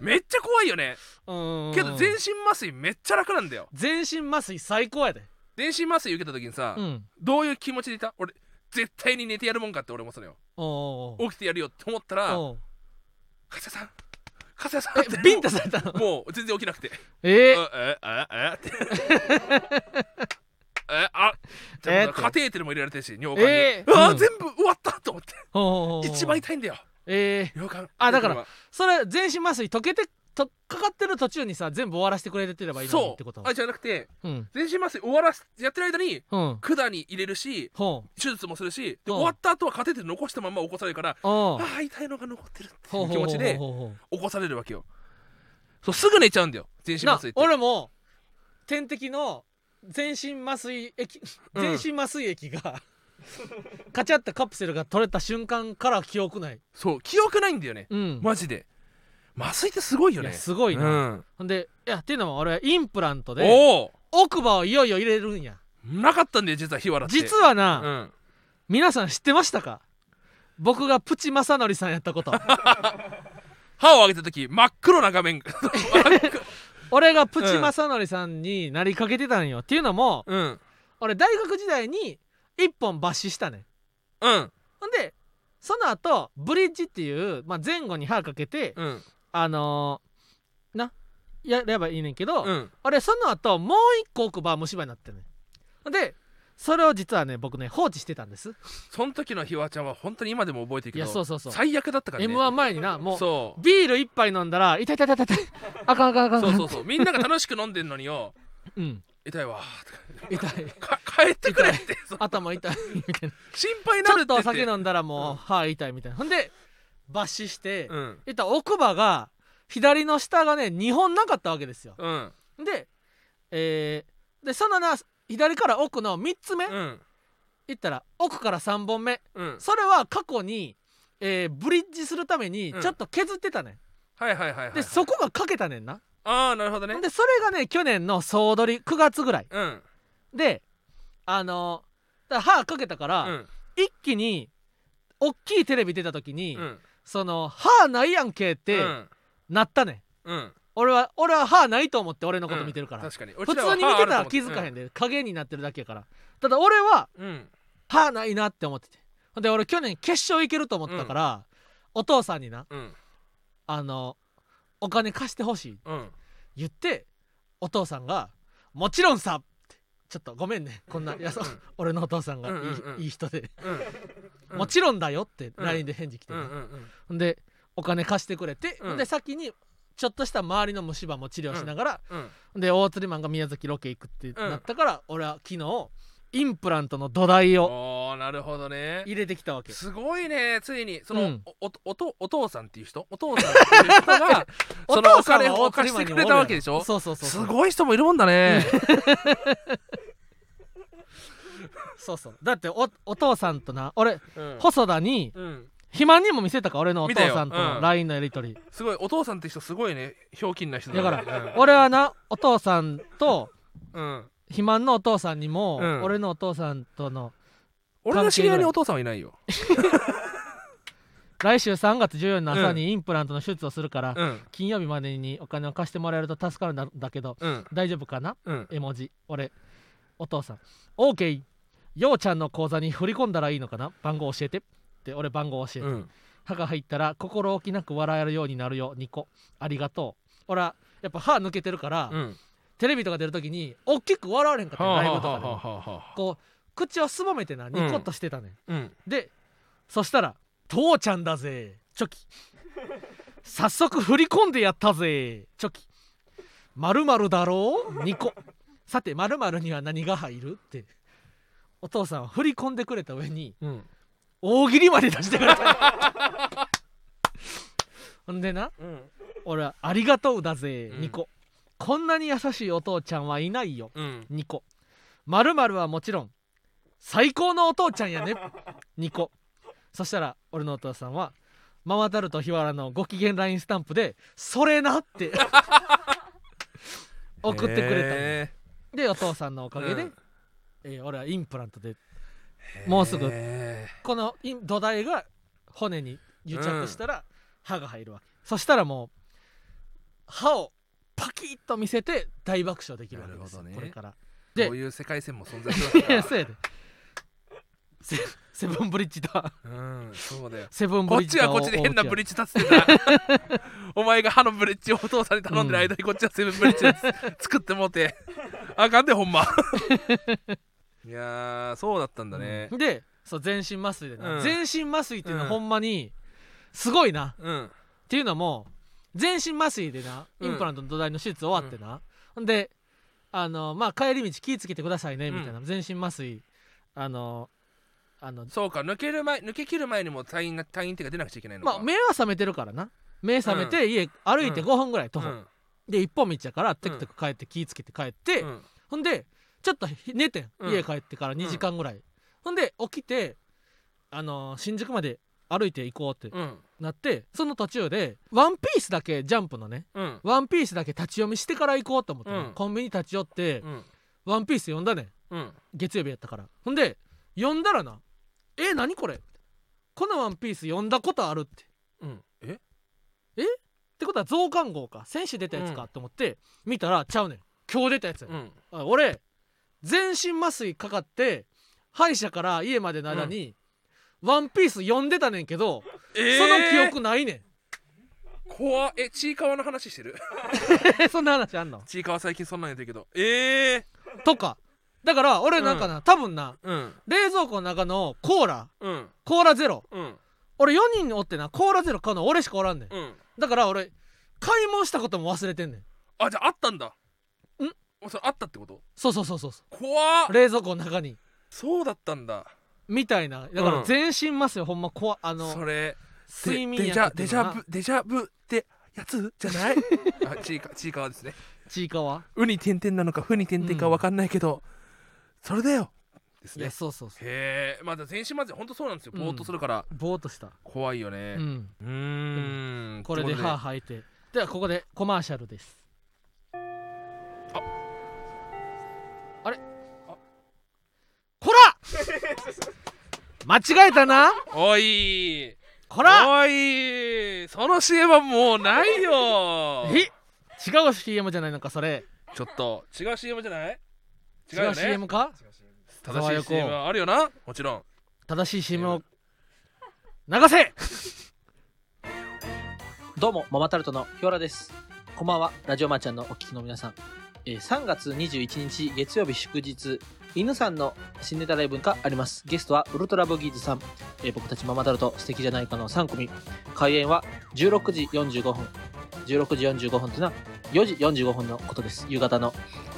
Speaker 2: めっちゃ怖いよね
Speaker 1: うん
Speaker 2: けど全身麻酔めっちゃ楽なんだよ
Speaker 1: 全身麻酔最高やで
Speaker 2: 全身麻酔受けた時にさ、
Speaker 1: うん
Speaker 2: どういう気持ちでいた俺絶対に寝てやるもんかって俺もそのよ
Speaker 1: おうおう
Speaker 2: 起きてやるよって思った
Speaker 1: おう
Speaker 2: ら
Speaker 1: おう
Speaker 2: 「加瀬さん加瀬さんって
Speaker 1: ビンタされたの
Speaker 2: もう全然起きなくて
Speaker 1: え
Speaker 2: え
Speaker 1: ー、
Speaker 2: えええ ってえあじ
Speaker 1: え
Speaker 2: ゃあ
Speaker 1: ーって
Speaker 2: カテーテルも入れられてるし尿管に、
Speaker 1: え
Speaker 2: う
Speaker 1: ー、
Speaker 2: わ、
Speaker 1: うん
Speaker 2: 全部終わったと思って
Speaker 1: ほうほうほうほう
Speaker 2: 一番痛いんだよ
Speaker 1: えー、
Speaker 2: 尿管
Speaker 1: あだから
Speaker 2: 尿
Speaker 1: それ全身麻酔溶けてとかかってる途中にさ全部終わらせてくれてれば
Speaker 2: 管
Speaker 1: い
Speaker 2: はい
Speaker 1: のにってこ
Speaker 2: そ
Speaker 1: と
Speaker 2: うあじゃなくて
Speaker 1: うん
Speaker 2: 全身麻酔終わらすやってる間に
Speaker 1: うん
Speaker 2: 管に入れるし
Speaker 1: ほう
Speaker 2: 手術もするしで
Speaker 1: うん
Speaker 2: 終わった後はカテーテル残したまま起こされるから
Speaker 1: あ
Speaker 2: ああ痛いのが残ってるってい
Speaker 1: ほう
Speaker 2: う
Speaker 1: ほ
Speaker 2: 気
Speaker 1: うほ
Speaker 2: 持
Speaker 1: う
Speaker 2: ちで
Speaker 1: ほうほう
Speaker 2: 起こされるわけよそうすぐ寝ちゃうんだよ全身麻
Speaker 1: な
Speaker 2: 酔って
Speaker 1: 俺も点滴の全身麻酔液
Speaker 2: うん
Speaker 1: 全身麻酔液 がカチャってカプセルが取れた瞬間から記憶ない
Speaker 2: そう記憶ないんだよね
Speaker 1: うん
Speaker 2: マジで麻酔ってすごいよ
Speaker 1: い
Speaker 2: ね
Speaker 1: やすごいな、
Speaker 2: うん
Speaker 1: ほんでいやっていうのも俺はインプラントで
Speaker 2: おお
Speaker 1: 奥歯をいよいよ入れるんや
Speaker 2: なかったんだよ実は日原って
Speaker 1: 実は
Speaker 2: う
Speaker 1: な、
Speaker 2: ん
Speaker 1: 皆さん知ってましたか僕がプチ正則さんやったこと
Speaker 2: 歯を上げた時真っ黒な画面
Speaker 1: 俺がプチ正則さんになりかけてたんよ、っていうのも
Speaker 2: うん
Speaker 1: 俺大学時代に一本抜歯したね
Speaker 2: うん
Speaker 1: ほんでその後ブリッジっていう、まあ、前後に歯かけて、
Speaker 2: うん
Speaker 1: あのーなやればいいねんけど、
Speaker 2: うん
Speaker 1: 俺その後もう一個奥歯虫歯になってねほんでそれを実はね僕ね放置してたんです
Speaker 2: その時の日原ちゃんは本当に今でも覚えてる
Speaker 1: い
Speaker 2: け
Speaker 1: やそ
Speaker 2: ど
Speaker 1: うそうそう、
Speaker 2: 最悪だったから
Speaker 1: m
Speaker 2: ね
Speaker 1: 1前になもう
Speaker 2: そう
Speaker 1: ビール一杯飲んだら痛い痛い痛い痛い痛いあかんあかんあかん
Speaker 2: そうそうそうみんなが楽しく飲んでんのによ
Speaker 1: うん
Speaker 2: 痛いわと
Speaker 1: 痛い
Speaker 2: かか帰ってく れってそう
Speaker 1: 頭痛いみたいな
Speaker 2: 心配 に
Speaker 1: ち
Speaker 2: な
Speaker 1: ょ
Speaker 2: る
Speaker 1: っ
Speaker 2: って
Speaker 1: と
Speaker 2: 言
Speaker 1: お
Speaker 2: って
Speaker 1: 酒飲んだらもう歯痛いみたいなほんで抜歯して、
Speaker 2: うん
Speaker 1: 言ったら奥歯が左の下がね2本なかったわけですよ
Speaker 2: うん
Speaker 1: でえーでそのな左から奥の3つ目、
Speaker 2: うん
Speaker 1: 言ったら奥から3本目
Speaker 2: うん
Speaker 1: それは過去に、えーブリッジするために
Speaker 2: うん
Speaker 1: ちょっと削ってたね、
Speaker 2: はいはいはいはい
Speaker 1: ん、でそこが欠けたねんな、
Speaker 2: ああなるほどね
Speaker 1: でそれがね去年の総取り9月ぐらい
Speaker 2: うん
Speaker 1: であのーだから歯かけたから、
Speaker 2: うん
Speaker 1: 一気に大きいテレビ出た時に、
Speaker 2: うん
Speaker 1: その歯ないやんけって
Speaker 2: うん
Speaker 1: なったね、
Speaker 2: うん
Speaker 1: 俺は俺は歯ないと思って俺のこと見てるから、
Speaker 2: 確かに
Speaker 1: 普通に見てたら気づかへんで、影になってるだけやからただ俺は
Speaker 2: うんうん
Speaker 1: 歯ないなって思っててほんで俺去年決勝行けると思ったから、お父さんにな
Speaker 2: うん
Speaker 1: あのお金貸してほしい
Speaker 2: うん
Speaker 1: 言ってお父さんが「もちろんさ!」ってちょっとごめんねこんなやそ
Speaker 2: うん
Speaker 1: 俺のお父さんがいい,、
Speaker 2: うんうんうん
Speaker 1: いい人で、
Speaker 2: うん
Speaker 1: もちろんだよ」って
Speaker 2: うん
Speaker 1: LINE で返事来て
Speaker 2: う
Speaker 1: な、
Speaker 2: んうんうん
Speaker 1: ほんでお金貸してくれて、
Speaker 2: うん
Speaker 1: ほんで先にちょっとした周りの虫歯も治療しながら、
Speaker 2: うん
Speaker 1: ほんで大釣りマンが宮崎ロケ行くってなったから、俺は昨日インプラントの土台を
Speaker 2: おーなるほどね
Speaker 1: 入れてきたわけ。
Speaker 2: すごいねついにそうの
Speaker 1: ん
Speaker 2: おおおとお父さんっていう人お父さんっていう人 が
Speaker 1: お
Speaker 2: その
Speaker 1: 父
Speaker 2: お
Speaker 1: さん
Speaker 2: 金
Speaker 1: は
Speaker 2: を
Speaker 1: 大
Speaker 2: 貸
Speaker 1: 釣りマンに
Speaker 2: してく
Speaker 1: お
Speaker 2: れ
Speaker 1: るや
Speaker 2: た
Speaker 1: ろ
Speaker 2: わけでしょ
Speaker 1: そうそうそう
Speaker 2: す
Speaker 1: そう
Speaker 2: ごい人もいるもんだね
Speaker 1: そうそうだっておお父さんとな俺
Speaker 2: うん
Speaker 1: 細田に
Speaker 2: うん
Speaker 1: 肥満にも見せたか俺のお父さんと
Speaker 2: 見たよう
Speaker 1: の
Speaker 2: ん
Speaker 1: LINE のやり取り、
Speaker 2: すごいお父さんって人すごいねひょうきんな人
Speaker 1: だか
Speaker 2: ね
Speaker 1: ら俺はなお父さんと
Speaker 2: うんうん
Speaker 1: 肥満のお父さんにも、
Speaker 2: うん
Speaker 1: 俺のお父さんとの
Speaker 2: 俺の知り合いにお父さんはいないよ
Speaker 1: 来週3月14日の朝にインプラントの手術をするから、
Speaker 2: うん
Speaker 1: 金曜日までにお金を貸してもらえると助かるんだだけど
Speaker 2: うん
Speaker 1: 大丈夫かな
Speaker 2: うん
Speaker 1: 絵文字俺お父さん OK ようちゃんの口座に振り込んだらいいのかな番号教えてって俺番号教えて、
Speaker 2: うん
Speaker 1: 歯が入ったら心置きなく笑えるようになるよ2個ありがとう俺はやっぱ歯抜けてるから、
Speaker 2: うん
Speaker 1: テレビとか出るときに大きく笑われへんかったよ
Speaker 2: はあ
Speaker 1: ライブ
Speaker 2: は
Speaker 1: とか
Speaker 2: あ
Speaker 1: でも
Speaker 2: はあはあはあ
Speaker 1: こう口をすぼめてなニコッとしてたね、ん
Speaker 2: うん
Speaker 1: でそしたら「父ちゃんだぜチョキ」「早速振り込んでやったぜチョキ」「まるだろう ?2 個」「さてまるには何が入る?」ってお父さんは振り込んでくれた上に
Speaker 2: うん
Speaker 1: 大喜利まで出してくれ たほんでな
Speaker 2: うん
Speaker 1: 俺は「ありがとうだぜ
Speaker 2: うん
Speaker 1: 2個」こんなに優しいお父ちゃんはいないよ」
Speaker 2: うん
Speaker 1: 2個まるはもちろん最高のお父ちゃん やね2個そしたら俺のお父さんはママタルト日原のご機嫌 LINE スタンプで「それな!」って 送ってくれたんよ
Speaker 2: へ
Speaker 1: でお父さんのおかげで、
Speaker 2: うん
Speaker 1: えー俺はインプラントで
Speaker 2: ー
Speaker 1: もうすぐ
Speaker 2: へ
Speaker 1: このイン土台が骨に癒着したら歯が入るわけ、そしたらもう歯をパキッと見せて大爆笑できるわけですよ、
Speaker 2: なるほ
Speaker 1: こ
Speaker 2: どね
Speaker 1: れから
Speaker 2: ー
Speaker 1: で
Speaker 2: こういう世界線も存在するわけ
Speaker 1: いや
Speaker 2: だ
Speaker 1: そうやでセセブンブリッジだ
Speaker 2: うんそうだよ
Speaker 1: セブンブ
Speaker 2: こっ
Speaker 1: リッジ
Speaker 2: ち
Speaker 1: だ
Speaker 2: はこっちで変なブリ
Speaker 1: ッ
Speaker 2: ッジ立ててた お前が歯のブリッジをお父さんに頼んでる間にこっちはセブンブリッジです作ってもうてあかんで ほんまいやーそうだったんだね
Speaker 1: でそう全身麻酔でな、
Speaker 2: うん
Speaker 1: 全身麻酔っていうのは
Speaker 2: うん
Speaker 1: ほんまにすごいな、
Speaker 2: うん
Speaker 1: っていうのも全身麻酔でな
Speaker 2: う
Speaker 1: イ
Speaker 2: ん
Speaker 1: ンプラントの土台の手術終わってな、ん、であのまあ帰り道気ぃつけてくださいね
Speaker 2: うん
Speaker 1: みたいな、全身麻酔あのあの
Speaker 2: そうか抜ける前抜け切る前にも退院が退院っていうか出なくちゃいけないの
Speaker 1: ま
Speaker 2: か
Speaker 1: あ目は覚めてるからな目覚めて家歩いて
Speaker 2: う
Speaker 1: 5
Speaker 2: ん
Speaker 1: 分ぐらい徒
Speaker 2: う
Speaker 1: 歩、
Speaker 2: ん
Speaker 1: で一本道やからテクテク帰って気ぃつけて帰って、
Speaker 2: うん
Speaker 1: ほんでちょっとひ寝てん
Speaker 2: うん
Speaker 1: 家帰ってから2時間ぐらい、ほんで起きてあのー新宿まで歩いて行こうって
Speaker 2: うん
Speaker 1: なってその途中で「ワンピースだけジャンプのね
Speaker 2: うん
Speaker 1: 「ワンピースだけ立ち読みしてから行こうと思ってね、
Speaker 2: うん
Speaker 1: コンビニ立ち寄って
Speaker 2: うん
Speaker 1: 「ワンピース読んだねん
Speaker 2: うん
Speaker 1: 月曜日やったからほんで読んだらな「え何これこの「ワンピース読んだことあるってっ
Speaker 2: うんえ
Speaker 1: てことは増刊号か選手出たやつかと思って見たらちゃうねん今日出たやつやねん
Speaker 2: うん
Speaker 1: あ俺全身麻酔かかって歯医者から家までの間に「ワンピース読んでたねんけど、
Speaker 2: え
Speaker 1: その記憶ないね
Speaker 2: 怖っえちいかわの話してる
Speaker 1: んそんな話あんの
Speaker 2: ちいかわ最近そんなん言ってるけどええ
Speaker 1: とかだから俺なんかな、多分な
Speaker 2: うん
Speaker 1: 冷蔵庫の中のコーラ
Speaker 2: うん
Speaker 1: コーラゼロ
Speaker 2: うん
Speaker 1: 俺4人おってなコーラゼロ買うの俺しかおらんねん
Speaker 2: うん
Speaker 1: だから俺買い物したことも忘れてんねん
Speaker 2: あじゃああったんだ
Speaker 1: ん
Speaker 2: おそれあったってこと
Speaker 1: そうそうそうそうそ
Speaker 2: 怖っ
Speaker 1: う冷蔵庫の中に
Speaker 2: そうだったんだ
Speaker 1: みたいなだから
Speaker 2: うん
Speaker 1: 全身麻酔ほんま怖あの
Speaker 2: それで
Speaker 1: 睡眠
Speaker 2: デジャ
Speaker 1: 薬
Speaker 2: デジャブデジャブってやつじゃない あちいかちいかわですね
Speaker 1: ちいかわ
Speaker 2: うに点々なのかふに点々かわかんないけど、それだよです
Speaker 1: い
Speaker 2: ね
Speaker 1: やそうそうそう
Speaker 2: へえまだ全身まず本当そうなんですよ
Speaker 1: うん
Speaker 2: ぼーっとするから
Speaker 1: ぼーっとした
Speaker 2: 怖いよね
Speaker 1: うん
Speaker 2: うーん
Speaker 1: これで歯
Speaker 2: は
Speaker 1: 吐いてではここでコマーシャルです
Speaker 2: あ
Speaker 1: あれ
Speaker 2: あ
Speaker 1: こら 間違えたな
Speaker 2: おい
Speaker 1: こら
Speaker 2: おいその CM はもうないよ
Speaker 1: え違う CM じゃないのかそれ
Speaker 2: ちょっと違う CM じゃない違
Speaker 1: 違
Speaker 2: う
Speaker 1: う
Speaker 2: よね
Speaker 1: CM か沢
Speaker 2: 正しい
Speaker 1: 横
Speaker 2: CM はあるよなもちろん
Speaker 1: 正しい CM を流せ
Speaker 5: どうも、ママタルトのヒョラです。こんばんは、ラジオマーちゃんのお聞きの皆さん。えー3月21日月曜日祝日、犬さんの新ネタライブがあります。ゲストはウルトラブギーズさん、えー僕たちママタルト素敵じゃないかの3組。開演は16時45分。16時45分というのは4時45分のことです。夕方の。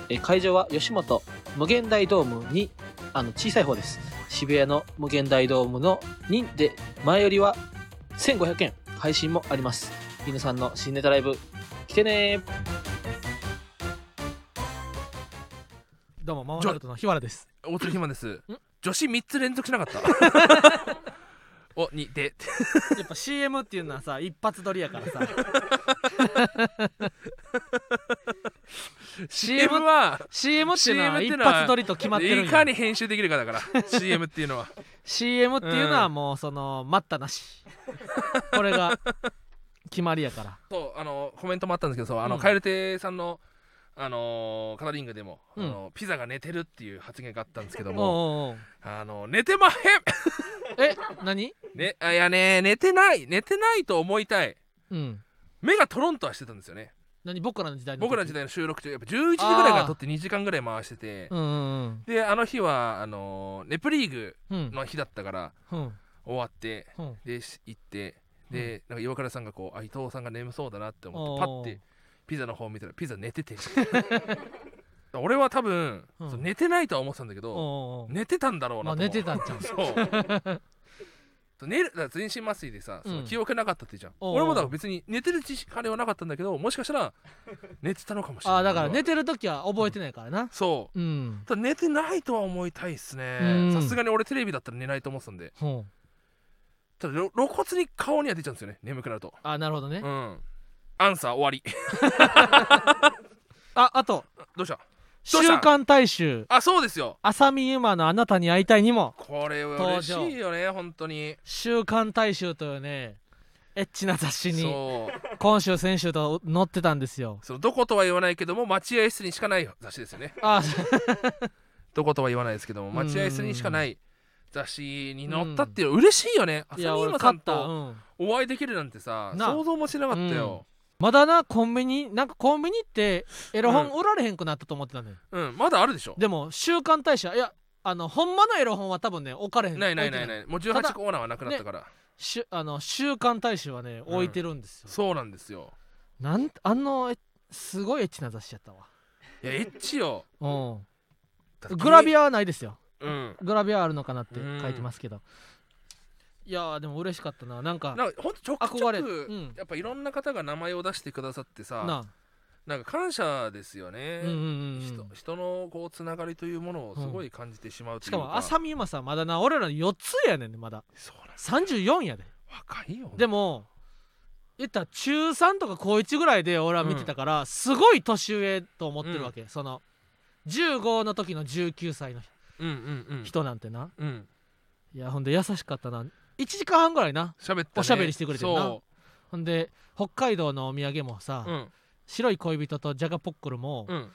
Speaker 5: えー会場は吉本無限大ドームに、あの、小さい方です。渋谷の無限大ドームの2で、前よりは1500円。配信もあります。犬さんの新ネタライブ来てねー
Speaker 1: どうもママタルトの日原です
Speaker 2: 大鶴ひまです
Speaker 1: ん
Speaker 2: 女子3つ連続しなかった おにで
Speaker 1: やっぱ CM っていうのはさ一発撮りやから さ
Speaker 2: CM は
Speaker 1: CM っていうのは
Speaker 2: CM ってい
Speaker 1: 一
Speaker 2: うのは
Speaker 1: 発撮りと決まってるん
Speaker 2: い
Speaker 1: や
Speaker 2: かに編集できるかだから CM っていうのは
Speaker 1: CM っていうのはもうその待ったなしこれが決まりや から
Speaker 2: そうあのコメントもあったんですけどそうあの、
Speaker 1: うん
Speaker 2: カエル亭さんのあのーカタリングでも、
Speaker 1: うん
Speaker 2: あのピザが寝てるっていう発言があったんですけど
Speaker 1: おう
Speaker 2: も
Speaker 1: おうおう
Speaker 2: あの寝てまへん
Speaker 1: え何
Speaker 2: ねあいやね寝てない寝てないと思いたい
Speaker 1: うん
Speaker 2: 目がトロンとはしてたんですよね
Speaker 1: 何僕らの時代の時
Speaker 2: 僕らの時代の収録中やっぱ11時ぐらいから撮って2時間ぐらい回してて
Speaker 1: うんうん
Speaker 2: であの日はあのーネプリーグ
Speaker 1: うんうん
Speaker 2: の日だったから
Speaker 1: うん
Speaker 2: 終わって
Speaker 1: うん
Speaker 2: でし行ってで、なんか岩倉さんがこうあ伊藤さんが眠そうだなって思っ
Speaker 1: おー
Speaker 2: てパッてピザの方見たらピザ寝てて 俺は多分、
Speaker 1: うん
Speaker 2: そう寝てないとは思ってたんだけ
Speaker 1: お
Speaker 2: ど
Speaker 1: うおう
Speaker 2: 寝てたんだろうな
Speaker 1: ま
Speaker 2: と
Speaker 1: あ
Speaker 2: 思う
Speaker 1: 寝てたんち ゃう
Speaker 2: そう そう寝るだから全身麻酔でさ、その
Speaker 1: うん
Speaker 2: 記憶なかったって言うじゃん
Speaker 1: おうおう
Speaker 2: 俺もだから別に寝てる知識あれはなかったんだけどもしかしたら寝てたのかもしれな
Speaker 1: あ
Speaker 2: い
Speaker 1: あだから
Speaker 2: 俺は
Speaker 1: 寝てる時は覚えてないからな
Speaker 2: そう
Speaker 1: うん
Speaker 2: ただ寝てないとは思いたいっす
Speaker 1: う
Speaker 2: ね
Speaker 1: ん
Speaker 2: さすがに俺テレビだったら寝ないと思ってたんで
Speaker 1: ほう
Speaker 2: ただろ露骨に顔には出ちゃうんですよね眠くなると
Speaker 1: あなるほどね
Speaker 2: うんアンサー終わり
Speaker 1: ああと
Speaker 2: どうし
Speaker 1: 「
Speaker 2: たどうし
Speaker 1: 週
Speaker 2: た
Speaker 1: 刊大衆
Speaker 2: あそうですよ
Speaker 1: 浅見ゆまのあなたに会いたい」にも
Speaker 2: これは嬉しいよね本当に
Speaker 1: 「週刊大衆」というねエッチな雑誌に
Speaker 2: そう
Speaker 1: 今週先週と載ってたんですよ
Speaker 2: そのどことは言わないけども待合室にしかない雑誌ですよね
Speaker 1: あ
Speaker 2: どことは言わないですけども
Speaker 1: ん
Speaker 2: 待合室にしかない私に乗ったっていう嬉しいよね
Speaker 1: い
Speaker 2: 浅
Speaker 1: や
Speaker 2: 見
Speaker 1: 俺
Speaker 2: 今さ
Speaker 1: 勝
Speaker 2: ん
Speaker 1: った、
Speaker 2: と
Speaker 1: うん、
Speaker 2: お会いできるなんてさ
Speaker 1: なあ
Speaker 2: 想像もしなかったよ
Speaker 1: まだなコンビニなんかコンビニってエロ本売られへんくなったと思ってたのよ、
Speaker 2: うんまだあるでしょ
Speaker 1: でも「週刊大社」いやあのほんまのエロ本は多分ね置かれへん
Speaker 2: ないないない
Speaker 1: 置て
Speaker 2: ないもう
Speaker 1: ただ
Speaker 2: 18コーナーはなくなったから
Speaker 1: しゅあの週刊大使はね
Speaker 2: うん
Speaker 1: 置いてるんですよ、
Speaker 2: そうなんですよ
Speaker 1: なんあのえすごいエッチな雑誌やったわ
Speaker 2: いやエッチよ
Speaker 1: うん グラビ
Speaker 2: ア
Speaker 1: アはないですよ
Speaker 2: うん
Speaker 1: グラビアあるのかなって
Speaker 2: うん
Speaker 1: 書いてますけどいやーでも嬉しかったななんか
Speaker 2: なんかほんとちょくちょ
Speaker 1: 憧れる、
Speaker 2: く
Speaker 1: うん、
Speaker 2: やっぱいろんな方が名前を出してくださってさ
Speaker 1: なあ
Speaker 2: なんか感謝ですよね、
Speaker 1: うんうんうんう
Speaker 2: 人
Speaker 1: ん
Speaker 2: 人のこうつながりというものをすごい感じてしまうとい
Speaker 1: し
Speaker 2: う
Speaker 1: か
Speaker 2: か、
Speaker 1: も浅見今さんまだな俺らの4つやねんねまだ
Speaker 2: そうなんです
Speaker 1: 34やで
Speaker 2: 若いよ
Speaker 1: で
Speaker 2: も
Speaker 1: も言ったら中3とか高1ぐらいで俺は見てたから、すごい年上と思ってるわけ、その15の時の19歳の
Speaker 2: うんうんうん
Speaker 1: 人なんてな、
Speaker 2: うん
Speaker 1: いやほんで優しかったな1時間半ぐらいな
Speaker 2: 喋った、ね、
Speaker 1: おしゃべりしてくれてるな
Speaker 2: そ
Speaker 1: ほんで北海道のお土産もさ、
Speaker 2: ううん
Speaker 1: 白い恋人とジャガポックルも
Speaker 2: うん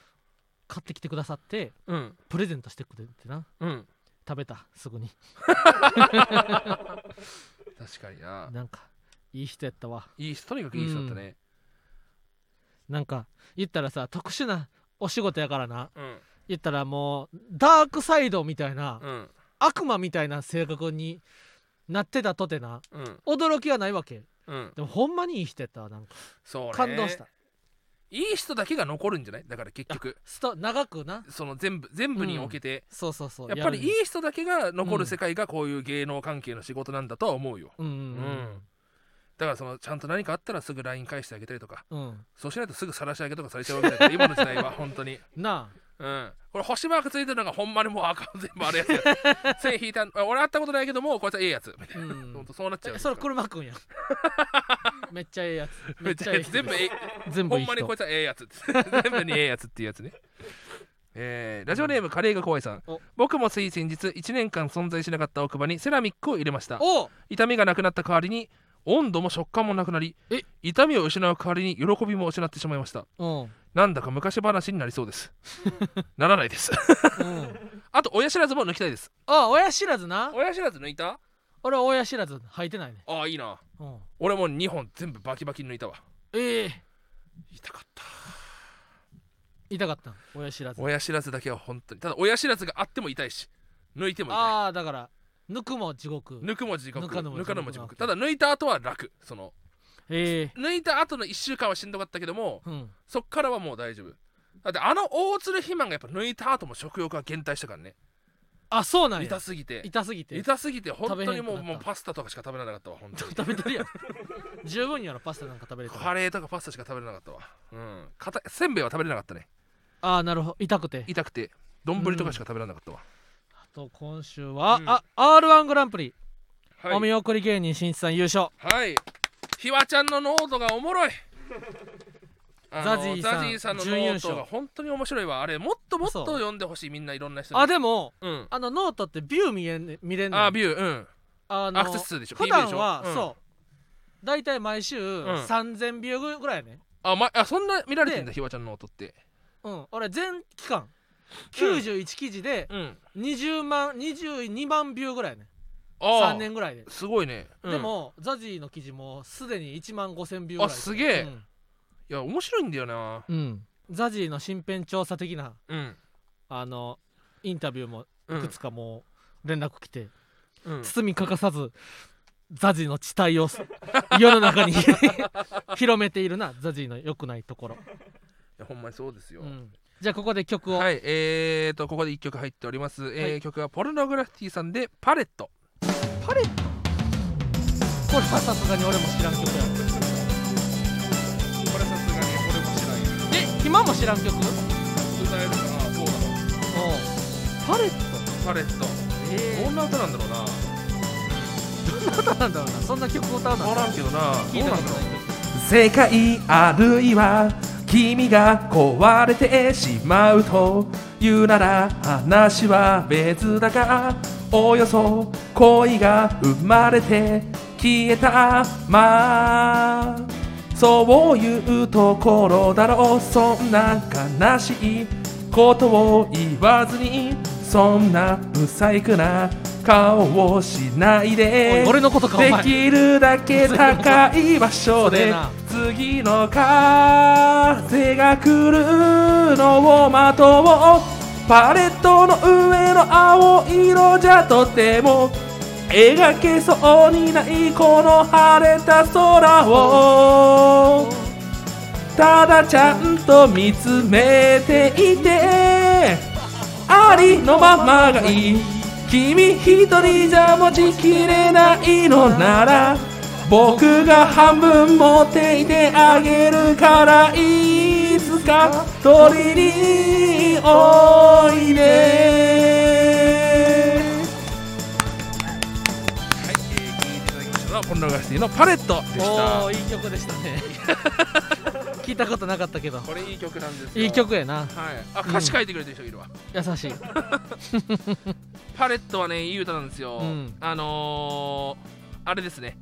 Speaker 1: 買ってきてくださって
Speaker 2: うん
Speaker 1: プレゼントしてくれてな
Speaker 2: うん
Speaker 1: 食べたすぐに
Speaker 2: 確かにな
Speaker 1: なんかいい人やったわ
Speaker 2: いい人とにかくいい人だったね
Speaker 1: なんか言ったらさ特殊なお仕事やからな
Speaker 2: うん
Speaker 1: 言ったらもうダークサイドみたいな、
Speaker 2: うん
Speaker 1: 悪魔みたいな性格になってたとてな
Speaker 2: うん
Speaker 1: 驚きはないわけ
Speaker 2: うん
Speaker 1: でもほんまにいい人やったわなんか
Speaker 2: そうね
Speaker 1: 感動した、
Speaker 2: いい人だけが残るんじゃないだから結局
Speaker 1: スト長くな
Speaker 2: その全部全部におけて、
Speaker 1: そうそうそう
Speaker 2: やっぱりい
Speaker 1: る
Speaker 2: い人だけが残る世界がこういう芸能関係の仕事なんだとは思うよ、
Speaker 1: うん
Speaker 2: うんだからそのちゃんと何かあったらすぐ LINE 返してあげたりとか
Speaker 1: うん、うん、
Speaker 2: そうしないとすぐ晒し上げとかされちゃうわけだから今の時代は本当に
Speaker 1: な
Speaker 2: うんこれ星マークついてるのがほんまにもうアカウント全部あるやつ や線引いたあ俺会ったことないけどもこいつはええやつみたい
Speaker 1: あ、う
Speaker 2: な、ほん
Speaker 1: ん
Speaker 2: と、そうなっちゃう
Speaker 1: えそれ車くんや めっちゃええやつ
Speaker 2: めっちゃええやつ全部ええ
Speaker 1: 全
Speaker 2: ほ
Speaker 1: 部い
Speaker 2: ん
Speaker 1: い
Speaker 2: まにこい
Speaker 1: 人
Speaker 2: つはええやつって 全部にええやつっていうやつねえーラジオネームカレーが怖いさん
Speaker 1: お
Speaker 2: 僕もつい先日1年間存在しなかった奥歯にセラミックを入れました
Speaker 1: おう
Speaker 2: 痛みがなくなった代わりに温度も食感もなくなり
Speaker 1: え
Speaker 2: 痛みを失う代わりに喜びも失ってしまいました
Speaker 1: うんうん
Speaker 2: なんだか昔話になりそうです ならないですあと親知らずも抜きたいです
Speaker 1: あ親知らずな
Speaker 2: 親知らず抜いた
Speaker 1: 俺は親知らず履いてないね、
Speaker 2: ああいいな
Speaker 1: うん、
Speaker 2: 俺もう2本全部バキバキに抜いたわ
Speaker 1: ええ
Speaker 2: 痛かった
Speaker 1: 痛かったん親知らず
Speaker 2: 親知らずだけは本当にただ親知らずがあっても痛いし抜いても痛い
Speaker 1: ああだから抜くも地獄
Speaker 2: 抜くも地獄
Speaker 1: 抜かぬも地獄
Speaker 2: 抜かぬも地獄
Speaker 1: な
Speaker 2: ただ抜いた後は楽その
Speaker 1: ええ
Speaker 2: 抜いた後の1週間はしんどかったけども
Speaker 1: うん
Speaker 2: そっからはもう大丈夫だってあの大鶴肥満がやっぱ抜いた後も食欲が減退したからね
Speaker 1: あそうなんや
Speaker 2: 痛すぎて
Speaker 1: 痛すぎて
Speaker 2: 痛すぎて本当
Speaker 1: 食べ
Speaker 2: にも
Speaker 1: へんくな
Speaker 2: う
Speaker 1: った
Speaker 2: もうパスタとかしか食べられなかったわ本当に
Speaker 1: 食べてる やん十分やろパスタなんか食べれたら
Speaker 2: カレーとかパスタしか食べれなかったわうんかたせんべいは食べれなかったね
Speaker 1: ああなるほど痛くて
Speaker 2: 痛くて丼とかしか食べられなかったわ、
Speaker 1: あと今週は、
Speaker 2: うん
Speaker 1: あ R1 グランプリ、お
Speaker 2: はい
Speaker 1: 見送り芸人しんいちさん優勝
Speaker 2: はいひわちゃんのノートがおもろいあの
Speaker 1: ザジーさん
Speaker 2: ザジーさんのノ
Speaker 1: 準優
Speaker 2: ー
Speaker 1: 勝
Speaker 2: トが本当に面白いわあれもっともっと
Speaker 1: 嘘
Speaker 2: 読んでほしいみんないろんな人に
Speaker 1: あでも
Speaker 2: うん
Speaker 1: あのノートってビュー見えんね見れんねん
Speaker 2: あビューうん
Speaker 1: あの
Speaker 2: アクセス数でしょ
Speaker 1: 普
Speaker 2: PV
Speaker 1: 段
Speaker 2: でしょ
Speaker 1: は、
Speaker 2: うん
Speaker 1: そう大体毎週
Speaker 2: ん
Speaker 1: 3000ビューぐらいやね
Speaker 2: あ,、まあそんな見られてんだ
Speaker 1: で
Speaker 2: ひわちゃんのノートって
Speaker 1: うん俺全期間91記事で
Speaker 2: うん
Speaker 1: 20万22万ビューぐらいやね
Speaker 2: あ
Speaker 1: 3
Speaker 2: あ
Speaker 1: 年ぐらいです
Speaker 2: ごいね、うん
Speaker 1: でもザジーの記事もすでに1万5000ビューぐらい
Speaker 2: あすげえ
Speaker 1: うん
Speaker 2: いや面白いんだよな
Speaker 1: うん、ザジーの身辺調査的な
Speaker 2: うん
Speaker 1: あのインタビューも
Speaker 2: う
Speaker 1: いく
Speaker 2: ん
Speaker 1: つかもう連絡来て、
Speaker 2: うん
Speaker 1: 包み欠かさずザジーの地帯を世の中に 広めているなザジーの良くないところ、
Speaker 2: いやほんまにそうですよ、
Speaker 1: うんじゃあここで曲を、
Speaker 2: はいえー、とここで1曲入っております、えー
Speaker 1: はい
Speaker 2: 曲はポルノグラフィティさんで「パレット
Speaker 1: パレットこれはさすがに俺も知らん曲や」
Speaker 2: これさすがに俺も知らんよ
Speaker 1: え暇も知らん曲おう
Speaker 2: 歌えるかなそうだな
Speaker 1: パレット
Speaker 2: パレット
Speaker 1: え
Speaker 2: どんな歌なんだろうな
Speaker 1: えどんな歌なんだろうなそんな曲歌うな
Speaker 2: 分からんけどな
Speaker 1: 聞いたことない
Speaker 4: 世界あるいは君が壊れてしまうというなら話は別だがおおよそ恋が生まれて消えたまあそういうところだろうそんな悲しいことを言わずにそんな不細工な顔をしないで
Speaker 1: 俺のことかお
Speaker 4: で
Speaker 1: 前
Speaker 4: きるだけ高い場所で次の風が来るのを待とうパレットの上の青色じゃとても描けそうにないこの晴れた空をただちゃんと見つめていてありのままがいい君一人じゃ持ちきれないのなら僕が半分持っていてあげるからいつか鳥においで
Speaker 2: はい、えー、聴いていただきましたのはポンラガシティのパレットでした
Speaker 1: おーいい曲でしたね 聞いたことなかったけど
Speaker 2: これいい曲なんですよ
Speaker 1: いい曲やな
Speaker 2: はいあ歌詞書いてくれてる人いるわ、
Speaker 1: 優しい
Speaker 2: パレットはねいい歌なんですよ、
Speaker 1: うん
Speaker 2: あのー、あれですね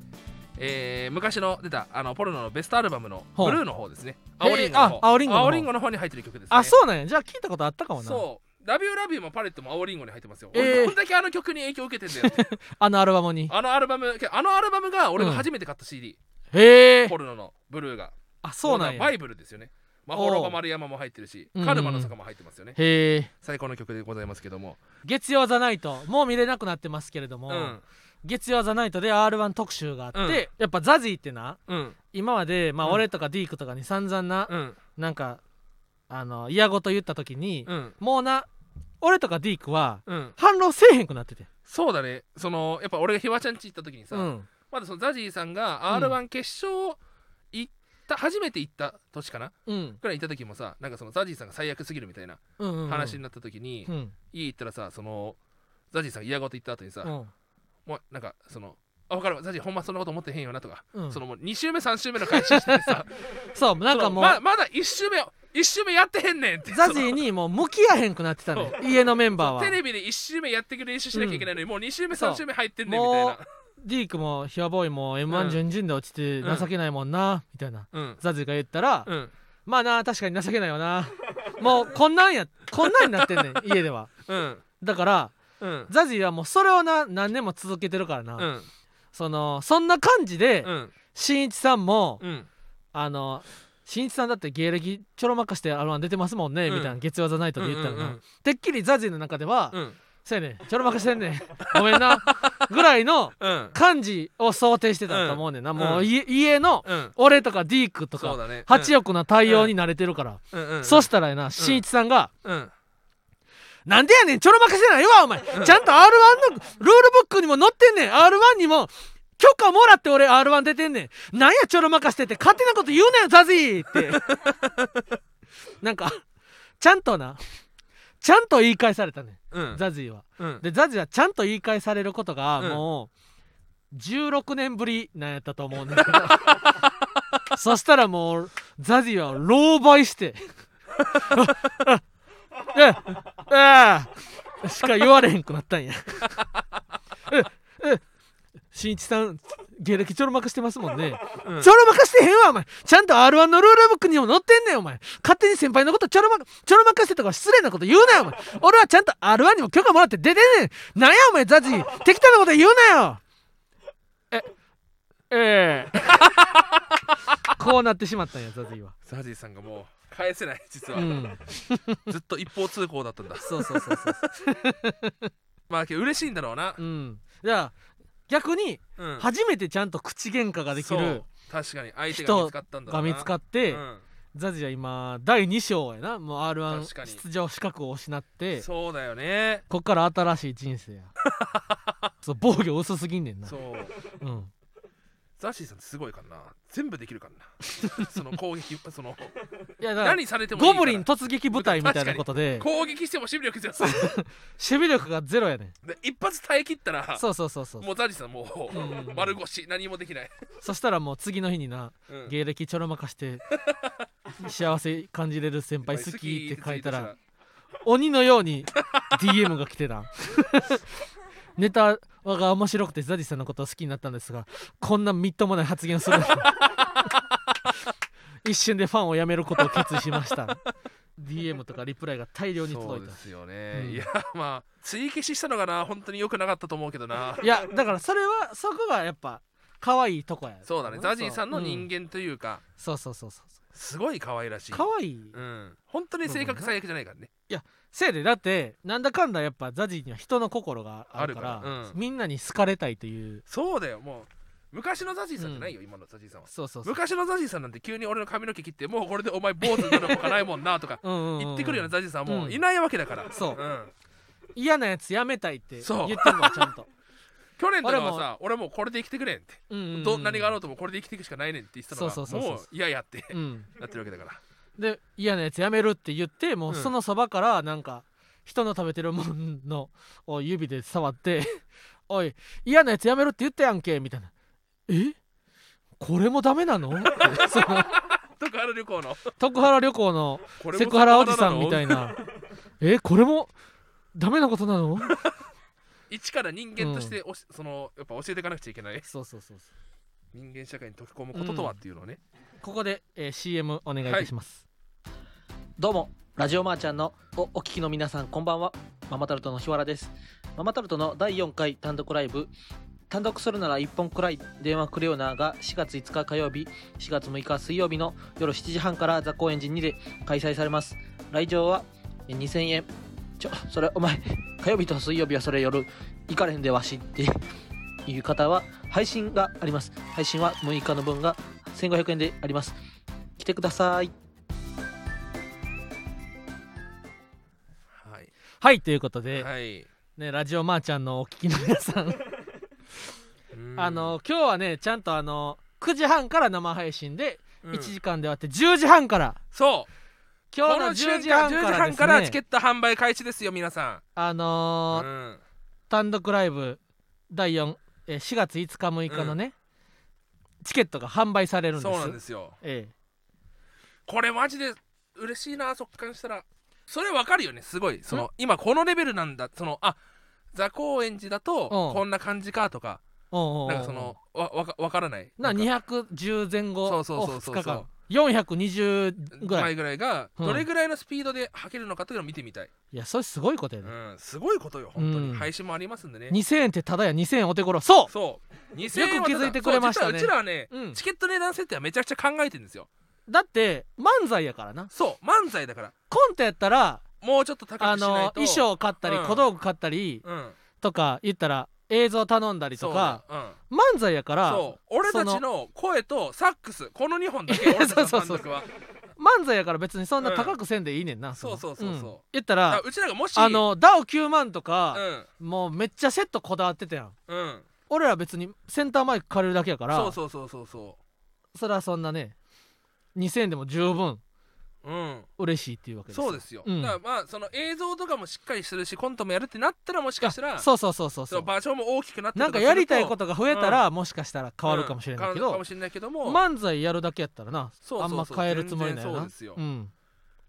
Speaker 2: えー、昔の出たあのポルノのベストアルバムの「
Speaker 1: ほう
Speaker 2: ブルー」の方ですね
Speaker 1: へー
Speaker 2: 青リンゴの方
Speaker 1: あ青リンゴの方
Speaker 2: 青リンゴの方に入ってる曲ですね
Speaker 1: あそうなんやじゃあ聞いたことあったかもな
Speaker 2: そうラビューラビューもパレットも青リンゴに入ってますよ、
Speaker 1: えー
Speaker 2: 俺こんだけあの曲に影響を受けてんだよ って
Speaker 1: あのアルバムに
Speaker 2: あのアルバムけあのアルバムが俺が初めて買った CD、
Speaker 1: へえ
Speaker 2: ポルノの「ブルー」が
Speaker 1: あそうなんや
Speaker 2: バイブルですよね魔法ロバ丸山も入ってるし
Speaker 1: おう
Speaker 2: カルマの坂も入ってますよね、
Speaker 1: へえ
Speaker 2: 最高の曲でございますけども、
Speaker 1: 月曜ザナイトもう見れなくなってますけれども、
Speaker 2: うん
Speaker 1: 月曜ザナイトで R1 特集があって、
Speaker 2: うん
Speaker 1: やっぱザジーってな
Speaker 2: うん
Speaker 1: 今まで、まあ、
Speaker 2: うん
Speaker 1: 俺とかディークとかに散々な、
Speaker 2: うん
Speaker 1: なんかあの嫌ごと言った時に、
Speaker 2: うん
Speaker 1: もうな俺とかディークは
Speaker 2: うん
Speaker 1: 反論せえへんくなってて
Speaker 2: そうだねそのやっぱ俺がひわちゃんち行った時にさ、
Speaker 1: うん
Speaker 2: まだそのザジーさんが
Speaker 1: うん
Speaker 2: R1 決勝行った、初めて行った年かな
Speaker 1: うん
Speaker 2: くらい行った時もさなんかそのザジーさんが最悪すぎるみたいな
Speaker 1: うんうんうん
Speaker 2: 話になった時に、
Speaker 1: うん
Speaker 2: 家行ったらさそのザジーさんが嫌ごと言った後にさ、
Speaker 1: うん
Speaker 2: もうなんかそのあ分かるわザジーほんまそんなこと思ってへんよなとか、
Speaker 1: うん
Speaker 2: そのもう2週目3週目の開始し てさ
Speaker 1: そうなんかもう、
Speaker 2: そのままだ1週目1週目やってへんねんって
Speaker 1: ザ
Speaker 2: そ
Speaker 1: ジ
Speaker 2: の
Speaker 1: ーにもう向き合えへんくなってたね家のメンバーは
Speaker 2: テレビで1週目やっていく練習しなきゃいけないのに、もう2週目
Speaker 1: そう
Speaker 2: 3週目入ってんねんみたい
Speaker 1: も
Speaker 2: な
Speaker 1: ディークもヒアボーイも m 1準々で落ちて
Speaker 2: うん
Speaker 1: 情けないもんな、みたいな
Speaker 2: うん
Speaker 1: ザジーが言ったら、
Speaker 2: うん
Speaker 1: まあな確かに情けないよなもうこんなんやこんなんになって んねん家では
Speaker 2: うん
Speaker 1: だから
Speaker 2: うん
Speaker 1: ザジーはもうそれをな何年も続けてるからな、
Speaker 2: うん
Speaker 1: そのそんな感じで、
Speaker 2: うん
Speaker 1: しんいちさんも、
Speaker 2: うん
Speaker 1: あのしんいちさんだって芸歴ちょろまかして r 1出てますもんね、
Speaker 2: うん
Speaker 1: みたいな月曜じゃないとで言ったらな、
Speaker 2: うんうんうん
Speaker 1: てっきりザジーの中では、
Speaker 2: うん
Speaker 1: そうやねんちょろまかしてんねんごめんなぐらいの
Speaker 2: うん
Speaker 1: 感じを想定してたと思うねんな、
Speaker 2: ん
Speaker 1: もう、
Speaker 2: うん
Speaker 1: い家の
Speaker 2: うん
Speaker 1: 俺とかディークと
Speaker 2: そう
Speaker 1: か、
Speaker 2: だね
Speaker 1: 八
Speaker 2: 億
Speaker 1: 億の対応に慣れてるから、そ
Speaker 2: そ
Speaker 1: したらやなしんいちさんが「
Speaker 2: うん
Speaker 1: なんでやねんちょろまかしてないわお前、ちゃんと R1 のルールブックにも載ってんねん R1 にも許可もらって俺 R1 出てんねんなんやちょろまかしてって勝手なこと言うなよザジーってなんかちゃんとなちゃんと言い返されたね
Speaker 2: うん
Speaker 1: ザジーは
Speaker 2: うん
Speaker 1: でザジーはちゃんと言い返されることが
Speaker 2: うん
Speaker 1: もう16年ぶりなんやったと思うんだけど そしたらもうザジーは狼狽して 「ええああ」しか言われへんくなったんやええしんいちさん芸歴ちょろまかしてますもん ね、
Speaker 2: うん
Speaker 1: ちょろまかしてへんわお前ちゃんと R1 のルールブックにも載ってんねんお前勝手に先輩のことちょろまかちょろまかしてとか失礼なこと言うなよ お前俺はちゃんと R1 にも許可もらって出てんねんなんやお前ザジー適当なこと言うなよえええ こうなってしまったんやザジーは
Speaker 2: ザジーさんがもう返せない実
Speaker 1: う
Speaker 2: は
Speaker 1: ん
Speaker 2: ずっと一方通行だったんだ
Speaker 1: そうそうそうそう
Speaker 2: まあけど嬉しいんだろうな
Speaker 1: うんじゃあ逆に
Speaker 2: うん
Speaker 1: 初めてちゃんと口喧嘩ができる
Speaker 2: そう確かに相手が見つかったんだろ
Speaker 1: が
Speaker 2: うな
Speaker 1: 見つかっ
Speaker 2: う
Speaker 1: て、
Speaker 2: ん
Speaker 1: ザジは今第2章やなもう r
Speaker 2: 確か
Speaker 1: 1
Speaker 2: に
Speaker 1: 出場資格を失って
Speaker 2: そうだよね
Speaker 1: こっから新しい人 生やそう防御薄すぎんねんな
Speaker 2: そう
Speaker 1: うん
Speaker 2: ザジーさんすごいからな全部できるか らなその攻撃その
Speaker 1: いやだから
Speaker 2: 何されてもいい
Speaker 1: ゴ
Speaker 2: から
Speaker 1: ブリン突撃部隊みたいなことで
Speaker 2: 攻撃しても守備力じゃん
Speaker 1: 守備力がゼロやねん
Speaker 2: で一発耐え切ったら
Speaker 1: そうそうそうそう
Speaker 2: もうザジーさんもう、
Speaker 1: うん
Speaker 2: 丸腰何もできない、
Speaker 1: そしたらもう次の日にな
Speaker 2: うん
Speaker 1: 芸歴ちょろまかして 幸せ感じれる先輩好きって書いたら鬼のように DM が来てたネタが面白くてザジさんのことを好きになったんですがこんなみっともない発言をする一瞬でファンを辞めることを決意しました DM とかリプライが大量に
Speaker 2: そう
Speaker 1: 届い
Speaker 2: で
Speaker 1: た
Speaker 2: すよね、
Speaker 1: うん
Speaker 2: いやまあ追消ししたのがな本当に良くなかったと思うけどない
Speaker 1: やだからそれはそこがやっぱ可愛いとこや
Speaker 2: そうだねザジーさんの人
Speaker 1: 間
Speaker 2: 間というか、
Speaker 1: そうそうそうそう
Speaker 2: すごい可愛らしい
Speaker 1: 可愛い
Speaker 2: うん本当に性格最悪じゃないからね
Speaker 1: せいでだってなんだかんだやっぱザジーには人の心があるから
Speaker 2: あるからうん
Speaker 1: みんなに好かれたいという
Speaker 2: そうだよもう昔のザジーさんじゃないよ、今のザジーさんは
Speaker 1: そうそうそう
Speaker 2: 昔のザジーさんなんて急に俺の髪の毛切ってもうこれでお前坊主になるほかないもんなとか
Speaker 1: うんうんうん
Speaker 2: 言ってくるようなザジーさんはもううんいないわけだから、
Speaker 1: そうん嫌なやつやめたいって言ってる
Speaker 2: そう
Speaker 1: もんちゃん と
Speaker 2: 去年とかはさ俺もうこれで生きてくれんって、
Speaker 1: うんうんうん
Speaker 2: ど何があろうともこれで生きていくしかないねんって言ってたのが
Speaker 1: そうそうそうそう
Speaker 2: もう嫌やって
Speaker 1: うん
Speaker 2: なってるわけだから
Speaker 1: で嫌なやつやめるって言ってもううんそのそばからなんか人の食べてるもんのを指で触って 「おい嫌なやつやめるって言ったやんけ」みたいな「えこれもダメなの?」 ってその
Speaker 2: 徳原旅行の
Speaker 1: 徳原旅行の
Speaker 2: これも
Speaker 1: セクハラおじさんみた
Speaker 2: ない
Speaker 1: な「えこれもダメなことなの?
Speaker 2: 一から人間としておし、そのやっぱ教えていかなくちゃいけない」
Speaker 1: そうそうそうそう
Speaker 2: 人間社会に溶け込むこととはっていうのをね、
Speaker 1: ここで、えー CM お願いいたします、
Speaker 5: どうもラジオマーちゃんのおお聞きの皆さんこんばんはママタルトの日原ですママタルトの第4回単独ライブ単独するなら1本くらい電話くれよなが4月5日火曜日4月6日水曜日の夜7時半からザ高円寺2で開催されます来場はえ2000円ちょそれお前火曜日と水曜日はそれ夜行かれへんでわしっていう方は配信があります配信は6日の分が1500円であります来てください
Speaker 2: はい
Speaker 1: はいということで、
Speaker 2: はい
Speaker 1: ね、ラジオマーちゃんのお聞きの皆さん
Speaker 2: うん
Speaker 1: あの今日はねちゃんとあの9時半から生配信で
Speaker 2: うん
Speaker 1: 1時間で終わって10時半から
Speaker 2: そう
Speaker 1: 今日
Speaker 2: こ
Speaker 1: の
Speaker 2: の
Speaker 1: 10
Speaker 2: 瞬
Speaker 1: 時
Speaker 2: 間
Speaker 1: 半
Speaker 2: 10時
Speaker 1: か
Speaker 2: 半からら
Speaker 1: で
Speaker 2: チ
Speaker 1: す
Speaker 2: ケ
Speaker 1: ね
Speaker 2: ット販売開始ですよ皆さ
Speaker 1: あ
Speaker 2: ん、う
Speaker 1: のー
Speaker 2: ん、
Speaker 1: 単独ライブ第4えー4月5日6日のね、チケットが販売されるんです
Speaker 2: そうなんですよ
Speaker 1: ええ
Speaker 2: これマジで嬉しいな速感したらそれわかるよねすごいその今このレベルなんだそのあ座高円寺だと
Speaker 1: うん
Speaker 2: こんな感じかとか
Speaker 1: おうおうおう
Speaker 2: なんかそのわわかわからない
Speaker 1: な
Speaker 2: なんか
Speaker 1: 210前後
Speaker 2: そ
Speaker 1: を
Speaker 2: うそうそう
Speaker 1: 2
Speaker 2: そう
Speaker 1: 日間420ぐらい
Speaker 2: 前ぐらいが
Speaker 1: うん
Speaker 2: どれぐらいのスピードで履けるのかというのを見てみたい、
Speaker 1: いやそれすごいことや
Speaker 2: う
Speaker 1: ね、
Speaker 2: ん、すごいことよ本当に、
Speaker 1: うん
Speaker 2: 配信もありますんでね
Speaker 1: 2000円ってただや2000円お手頃そう
Speaker 2: そう2000円は
Speaker 1: よく気づいてくれましたね
Speaker 2: そう実はうちらはね、
Speaker 1: うん
Speaker 2: チケット値段設定はめちゃくちゃ考えてるんですよ
Speaker 1: だって漫才やからな
Speaker 2: そう漫才だから
Speaker 1: コントやったら
Speaker 2: もうちょっと高くしな
Speaker 1: あ
Speaker 2: いと
Speaker 1: の衣装買ったり
Speaker 2: うん
Speaker 1: 小道具買ったり
Speaker 2: うん
Speaker 1: とか言ったら映像頼んだりとか
Speaker 2: そうだうん
Speaker 1: 漫才やから
Speaker 2: そう俺たち
Speaker 1: その
Speaker 2: の声とサックスこの2本だけ 俺たちの単独は
Speaker 1: 漫才やから別にそんな高くせんでいいねんな、の
Speaker 2: そうそうそうそうん
Speaker 1: 言った
Speaker 2: だか
Speaker 1: ら
Speaker 2: らうちらがもし
Speaker 1: あのダオ9万と
Speaker 2: う
Speaker 1: か、
Speaker 2: ん
Speaker 1: もうめっちゃセットこだわってたやん
Speaker 2: うん
Speaker 1: 俺ら別にセンターマイク借りるだけやから
Speaker 2: そうそうそうそうそ
Speaker 1: それはそんなね2000円でも十分
Speaker 2: ううん
Speaker 1: 嬉しいっていうわけですよ
Speaker 2: そうですよ、
Speaker 1: うん
Speaker 2: だからまあその映像とかもしっかりするしコントもやるってなったらもしかしたら
Speaker 1: そうそうそうそう
Speaker 2: そ
Speaker 1: そう
Speaker 2: の場所も大きくなって
Speaker 1: なんかやりたいこととが増えたら、もしかしたら変わるかもしれないけ
Speaker 2: うん変
Speaker 1: ど
Speaker 2: わるかも、しれないけども、
Speaker 1: 漫才やるだけやったらな
Speaker 2: そうそうそう
Speaker 1: あんま変えるつもりない
Speaker 2: 全然
Speaker 1: な
Speaker 2: そうですよ
Speaker 1: ん、
Speaker 2: だ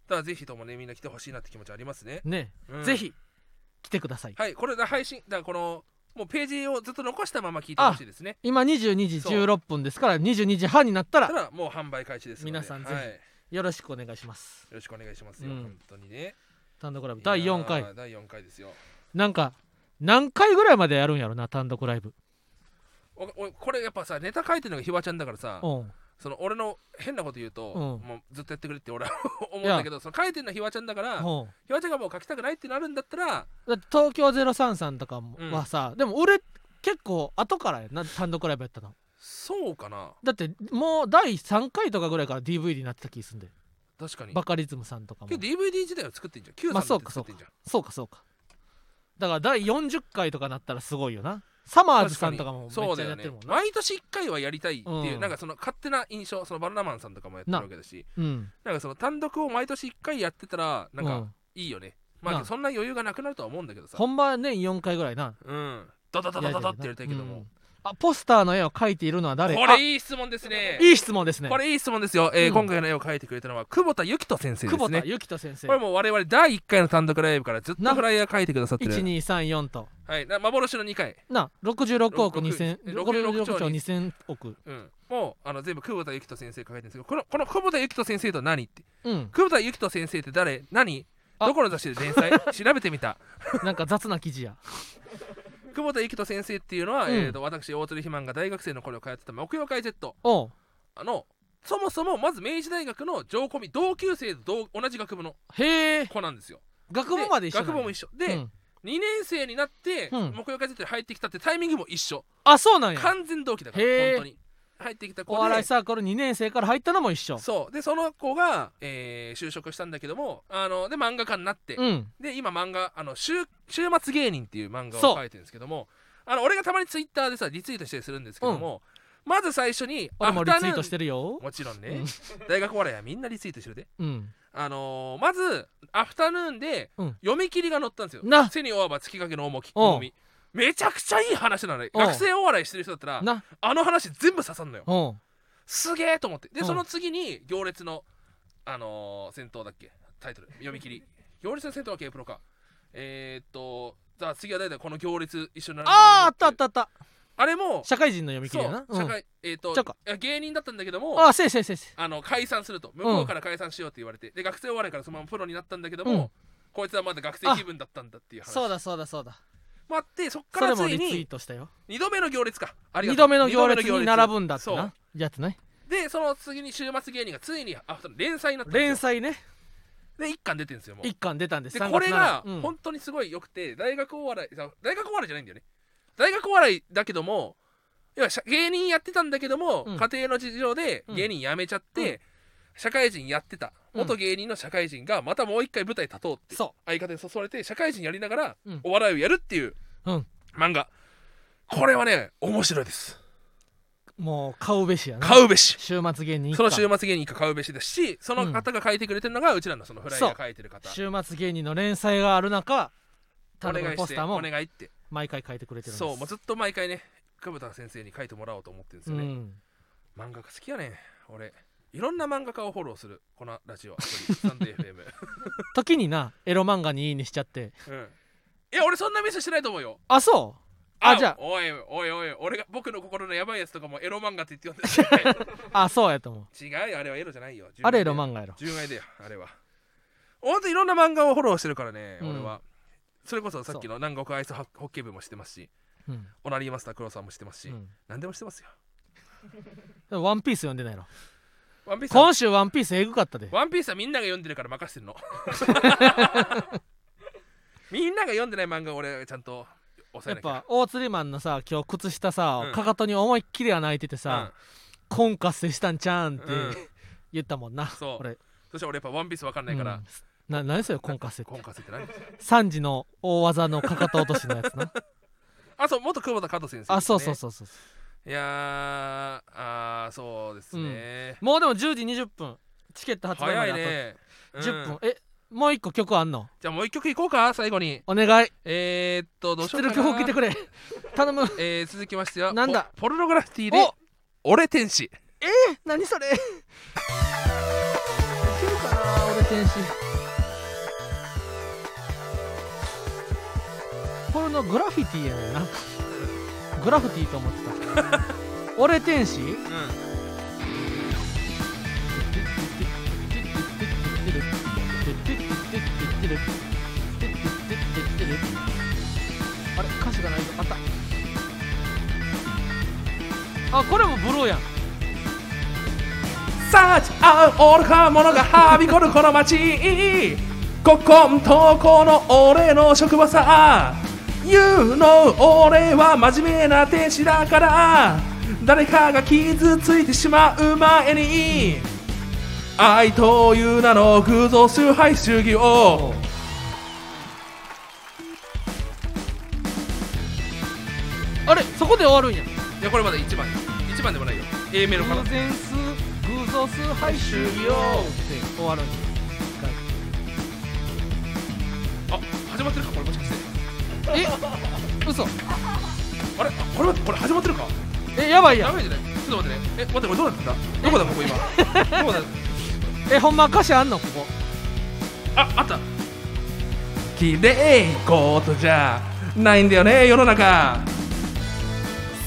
Speaker 2: からぜひともねみんな来てほしいなって気持ちありますね、
Speaker 1: ね、
Speaker 2: うん
Speaker 1: ぜひ来てください、
Speaker 2: はいこれだ配信だからこのもうページをずっと残したまま聞いてほしいですね
Speaker 1: 今22時16分ですから22時半になったら
Speaker 2: ただもう販売開始ですので
Speaker 1: 皆さんぜひ
Speaker 2: はい
Speaker 1: よろしくお願いします
Speaker 2: よろしくお願いしますよ、
Speaker 1: うん
Speaker 2: 本当にね
Speaker 1: 単独ライブ第4
Speaker 2: いや
Speaker 1: 回
Speaker 2: ー第4回ですよ
Speaker 1: なんか何回ぐらいまでやるんやろな単独ライブ
Speaker 2: おおこれやっぱさネタ書いてるのがひばちゃんだからさ
Speaker 1: うん
Speaker 2: その俺の変なこと言うと、
Speaker 1: うん
Speaker 2: もうずっとやってくれって俺は思うんだけどその書いてるのはひばちゃんだから
Speaker 1: うん
Speaker 2: ひばちゃんがもう書きたくないってなるんだったら
Speaker 1: だって東京03さんとかも
Speaker 2: うん
Speaker 1: はさ、でも俺結構後からやな単独ライブやったの
Speaker 2: そうかな
Speaker 1: だってもう第3回とかぐらいから DVD になってた気すんで
Speaker 2: 確かに
Speaker 1: バカリズムさんとかも
Speaker 2: けど DVD 自体は作ってんじゃん Q
Speaker 1: ま
Speaker 2: さ
Speaker 1: あ
Speaker 2: んだ
Speaker 1: そ
Speaker 2: っ
Speaker 1: うかそう
Speaker 2: て作って
Speaker 1: か
Speaker 2: んじゃん、
Speaker 1: そうかそうかだから第40回とかなったらすごいよなサマーズさんとかもめっち
Speaker 2: そう
Speaker 1: ゃ
Speaker 2: だ
Speaker 1: や
Speaker 2: よ
Speaker 1: って
Speaker 2: ね
Speaker 1: るもんな
Speaker 2: 毎年1回はやりたいっていう、
Speaker 1: うん
Speaker 2: なんかその勝手な印象そのバナナマンさんとかもやってるわけだし
Speaker 1: うん
Speaker 2: なんかその単独を毎年1回やってたらなん
Speaker 1: う
Speaker 2: かいいよね、ま
Speaker 1: な
Speaker 2: あそんな余裕がなくなるとは思うんだけどさ
Speaker 1: ほんま年4回ぐらいな
Speaker 2: うんダダダダダダってやりたいけども、
Speaker 1: うんあポスターの絵を描いているのは誰
Speaker 2: これいい質問ですね
Speaker 1: あいい質問ですね
Speaker 2: これいい質問ですよ、えー
Speaker 1: うん
Speaker 2: 今回の絵を描いてくれたのは久保田由紀人先生で
Speaker 1: 久
Speaker 2: す
Speaker 1: 保
Speaker 2: ね
Speaker 1: 田由紀人先生
Speaker 2: これもう我々第1回の単独ライブからずっとフライヤー描いてくださってる、
Speaker 1: 1234と
Speaker 2: はい、な幻の2回、
Speaker 1: な66億2000
Speaker 2: 66
Speaker 1: 66
Speaker 2: 兆
Speaker 1: 兆2000億
Speaker 2: うん、もうあの全部久保田由紀人先生が描いてるんですけどこのこの久保田由紀人先生とは何って
Speaker 1: うん
Speaker 2: 久保田由紀人先生って誰何
Speaker 1: あ
Speaker 2: どこの雑誌で 連載調べてみた
Speaker 1: なんか雑な記事や
Speaker 2: 久保田由紀人先生っていうのは、
Speaker 1: うん
Speaker 2: えー、と私大鶴ひまんが大学生の頃通ってた木曜会 Z
Speaker 1: おう
Speaker 2: あのそもそもまず明治大学の上込み同級生と同同じ学部の
Speaker 1: へえ
Speaker 2: 子なんですよ
Speaker 1: 学部まで一緒
Speaker 2: 学部も一緒で、
Speaker 1: うん
Speaker 2: 2年生になって、
Speaker 1: うん
Speaker 2: 木曜会 Z に入ってきたってタイミングも一緒
Speaker 1: あそうなんや
Speaker 2: 完全同期だから
Speaker 1: へー
Speaker 2: 本当に入ってきた
Speaker 1: お
Speaker 2: 子で
Speaker 1: 笑いサークル2年生から入ったのも一緒
Speaker 2: そうでその子が、えー就職したんだけどもあので漫画家になって、
Speaker 1: うん
Speaker 2: で今漫画あの週「週末芸人」っていう漫画
Speaker 1: そ
Speaker 2: を
Speaker 1: う
Speaker 2: 書いてるんですけどもあの俺がたまにツイッターでさリツイートしたりするんですけども、まず最初に
Speaker 1: 俺もリツイート
Speaker 2: ア
Speaker 1: し
Speaker 2: フタ
Speaker 1: てるよ
Speaker 2: ヌーンもちろんね、大学お笑いはみんなリツイートしてるで
Speaker 1: うん
Speaker 2: あのーまずアフタヌーンで
Speaker 1: うん
Speaker 2: 読み切りが載ったんですよ、
Speaker 1: な
Speaker 2: 背に負わば月影の重き
Speaker 1: おう
Speaker 2: 重みめちゃくちゃいい話なのよ
Speaker 1: おう
Speaker 2: 学生お笑いしてる人だったら
Speaker 1: な
Speaker 2: あの話全部刺さんのよ
Speaker 1: おう
Speaker 2: すげえと思ってで
Speaker 1: うん
Speaker 2: その次に行列のあのー、戦闘だっけタイトル読み切り行列の戦闘は K プロかえー、っとさあ次は誰だこの行列一緒に並んで
Speaker 1: あーあったあったあった
Speaker 2: あれも
Speaker 1: 社会人の読み切りやな
Speaker 2: そ
Speaker 1: う
Speaker 2: う社
Speaker 1: ん
Speaker 2: 会、えー、っと
Speaker 1: ちゃうか
Speaker 2: いや芸人だったんだけども
Speaker 1: あせいせいせいせい
Speaker 2: あの解散すると向こうから解散しようって言われて、で学生お笑いからそのままプロになったんだけども、
Speaker 1: うん
Speaker 2: こいつはまだ学生気分だったんだっていう話
Speaker 1: そうだそうだそうだ
Speaker 2: 待ってそっか
Speaker 1: それ
Speaker 2: らつ
Speaker 1: も
Speaker 2: い
Speaker 1: リツイー
Speaker 2: に
Speaker 1: トしたよ
Speaker 2: 2度目の行列かありが
Speaker 1: 2
Speaker 2: と
Speaker 1: 度
Speaker 2: う
Speaker 1: 目の行列
Speaker 2: 二度目
Speaker 1: に
Speaker 2: の行
Speaker 1: 並ぶんだって
Speaker 2: そ
Speaker 1: な
Speaker 2: う
Speaker 1: やつね
Speaker 2: でその次に週末芸人がついにアフタヌーン連載になったんですよ
Speaker 1: 連載ね
Speaker 2: で1巻出てるんですよもう
Speaker 1: 1巻出たんです
Speaker 2: で
Speaker 1: 3月
Speaker 2: これが
Speaker 1: 7うん
Speaker 2: 本当にすごい良くて、大学お笑いさ大学お笑いじゃないんだよね大学お笑いだけども要は社芸人やってたんだけども、
Speaker 1: うん
Speaker 2: 家庭の事情で
Speaker 1: うん
Speaker 2: 芸人辞めちゃって、
Speaker 1: う
Speaker 2: 社会人やってた
Speaker 1: うん
Speaker 2: 元芸人の社会人がまたもう一回舞台立とうって
Speaker 1: そ
Speaker 2: 相方に誘われて社会人やりながら
Speaker 1: うん
Speaker 2: お笑いをやるっていう
Speaker 1: うん
Speaker 2: 漫画、これはね面白いです
Speaker 1: うもう買うべしやな
Speaker 2: 買うべし
Speaker 1: 週末芸人一
Speaker 2: そ
Speaker 1: 巻
Speaker 2: の週末芸人一家買うべしですしその方が書いてくれてるのがうちらのそのフライヤー書いてる方、
Speaker 1: 週末芸人の連載がある中
Speaker 2: お
Speaker 1: 単独
Speaker 2: 願
Speaker 1: の
Speaker 2: い
Speaker 1: ポス
Speaker 2: して
Speaker 1: ターも
Speaker 2: お願いって
Speaker 1: 毎回書いてくれてるんです
Speaker 2: そうもうずっと毎回ね久保田先生に書いてもらおうと思ってるんですよ
Speaker 1: う
Speaker 2: ね、
Speaker 1: ん
Speaker 2: 漫画家好きやね俺いろんな漫画家をフォローするこのラジオサンデー FM、
Speaker 1: 時になエロ漫画にいいにしちゃって
Speaker 2: うん、いや俺そんなミスしてないと思うよ
Speaker 1: あそうあじゃ
Speaker 2: おいおいおい俺が僕の心のやばいやつとかもエロ漫画って言って 呼んでる
Speaker 1: ああそうやと思う
Speaker 2: 違うよあれはエロじゃないよ
Speaker 1: あれエロ
Speaker 2: 画
Speaker 1: 漫画やろ
Speaker 2: 純愛だよあれはほんといろんな漫画をフォローしてるからね、
Speaker 1: うん
Speaker 2: 俺はそれこそさっきの南国アイスホッケー部もしてますし
Speaker 1: うん
Speaker 2: オナリーマスタークロさんもしてますし、
Speaker 1: うん
Speaker 2: 何でもしてますよ
Speaker 1: でもワンピース読んでないの
Speaker 2: ワンピースは
Speaker 1: 今週ワンピースエグかったで
Speaker 2: ワンピースはみんなが読んでるから任 せてるの。みんなが読んでない漫画を俺はちゃんと抑
Speaker 1: やっ
Speaker 2: えなきゃ。
Speaker 1: ぱ大釣りマンのさ今日靴下さ、
Speaker 2: うん
Speaker 1: かかとに思いっきり穴開いててさ、コンカスしたんちゃうんって、
Speaker 2: うん
Speaker 1: 言ったもんな
Speaker 2: そう
Speaker 1: 俺
Speaker 2: そして俺やっぱワンピースわかんないから、
Speaker 1: うん、な何それコンカスっ
Speaker 2: コン
Speaker 1: て
Speaker 2: カセって何
Speaker 1: 3時の大技のかかと落としの やつな
Speaker 2: あ、そう、元久保田加藤先生、
Speaker 1: あそうそうそうそう
Speaker 2: う。いやー、あーそうですね。
Speaker 1: もうでも10時20分チケット発売ま
Speaker 2: 早
Speaker 1: で
Speaker 2: い
Speaker 1: あと
Speaker 2: ね。
Speaker 1: 10分、
Speaker 2: うん
Speaker 1: えもう一個曲あんの
Speaker 2: じゃあもう一曲いこうか、最後に。
Speaker 1: お願い
Speaker 2: えー、っと、どうし
Speaker 1: 出
Speaker 2: ようか
Speaker 1: 力
Speaker 2: な。
Speaker 1: 曲を聞いてくれ頼む
Speaker 2: えー、続きましては、
Speaker 1: なんだ
Speaker 2: ポポルノグラフィティで、俺天使。
Speaker 1: 何それいけるかな俺天使ポルノグラフィティやねんなグラフィティと思ってた 俺天使
Speaker 2: うん。
Speaker 1: あれ歌詞がないぞあったあこれもブルーやん
Speaker 4: サーチアウオルカモノがはびこるこの街ここんとこの俺の職場さ You know 俺は真面目な天使だから誰かが傷ついてしまう前に愛という名の偶像崇拝主義を
Speaker 1: あれそこで終わるんや
Speaker 2: いや、これまだ1番。1番でもないよ。A メロかな
Speaker 1: 偶。然数偶像崇拝終了って終わるんや
Speaker 2: あ、始まってるか、これもしかして。
Speaker 1: え嘘
Speaker 2: あれこれはこれ始まってるか
Speaker 1: えやばいや
Speaker 2: や
Speaker 1: ん
Speaker 2: ばいじゃないちょっと待ってねえ待ってこれどうなってんだどこだこ こ今どこだ
Speaker 1: えほんま歌詞あんのここ
Speaker 2: ああった
Speaker 4: 綺麗事じゃないんだよね世の中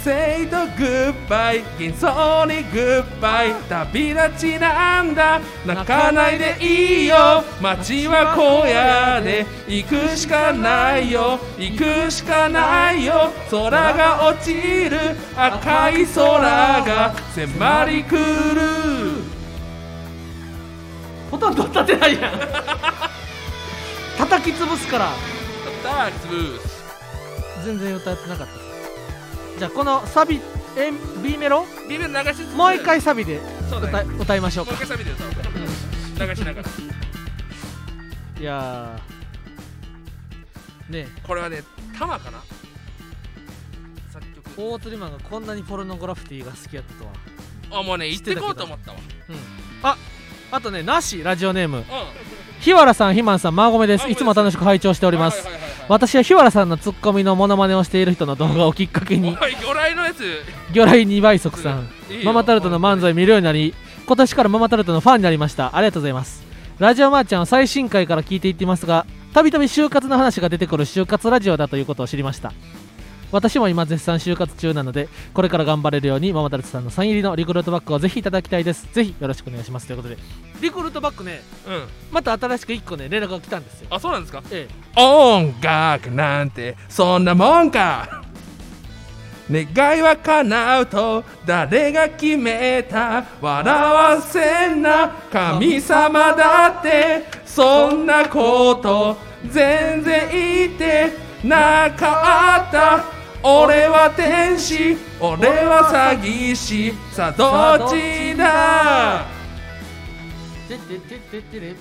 Speaker 4: Say the goodbye 幻想に goodbye 旅立ちなんだ泣かないでいいよ街は荒野で行くしかないよ行くしかないよ空が落ちる赤い空が迫り来る
Speaker 1: ほとんど立てないやん叩き潰すから
Speaker 2: ダークスブース
Speaker 1: 全然歌ってなかったじゃあこのサビえ B メロ
Speaker 2: ビビる流しつつ
Speaker 1: もう一回サビで
Speaker 2: そうだ
Speaker 1: 歌,、
Speaker 2: ねも
Speaker 1: 歌いましょう
Speaker 2: う
Speaker 1: か
Speaker 2: 一回サビで歌おう流しながら
Speaker 1: いやーねえ
Speaker 2: これはねタマかな作曲
Speaker 1: 大釣りマンがこんなにポルノグラフィティが好きやったとは
Speaker 2: あもうね行ってこうと思ったわ
Speaker 1: あとねなしラジオネーム
Speaker 2: うん
Speaker 1: 日原さんひまんさんマーゴメです
Speaker 2: マーゴメ
Speaker 1: い
Speaker 2: です
Speaker 1: つも楽しく拝聴しております
Speaker 2: はいはいはいはい
Speaker 1: 私は日原さんのツッコミのモノマネをしている人の動画をきっかけに
Speaker 2: おい魚雷のやつ
Speaker 1: 魚雷2倍速さん
Speaker 2: いいよ
Speaker 1: ママタルトの漫才見るようになり今年からママタルトのファンになりましたありがとうございますラジオマーちゃんは最新回から聞いていっていますがたびたび就活の話が出てくる就活ラジオだということを知りました私も今絶賛就活中なのでこれから頑張れるようにママタルトさんのサイン入りのリクルートバッグをぜひいただきたいですぜひよろしくお願いしますということでリクルートバッグね
Speaker 2: うん
Speaker 1: また新しく1個ね連絡が来たんですよ
Speaker 2: あそうなんですか
Speaker 1: え
Speaker 4: 音楽なんてそんなもんか 願いは叶うと誰が決めた笑わせんな神様だってそんなこと全然言ってなかった俺は天使俺は詐欺師さあどっちだ
Speaker 1: えてってってってってれ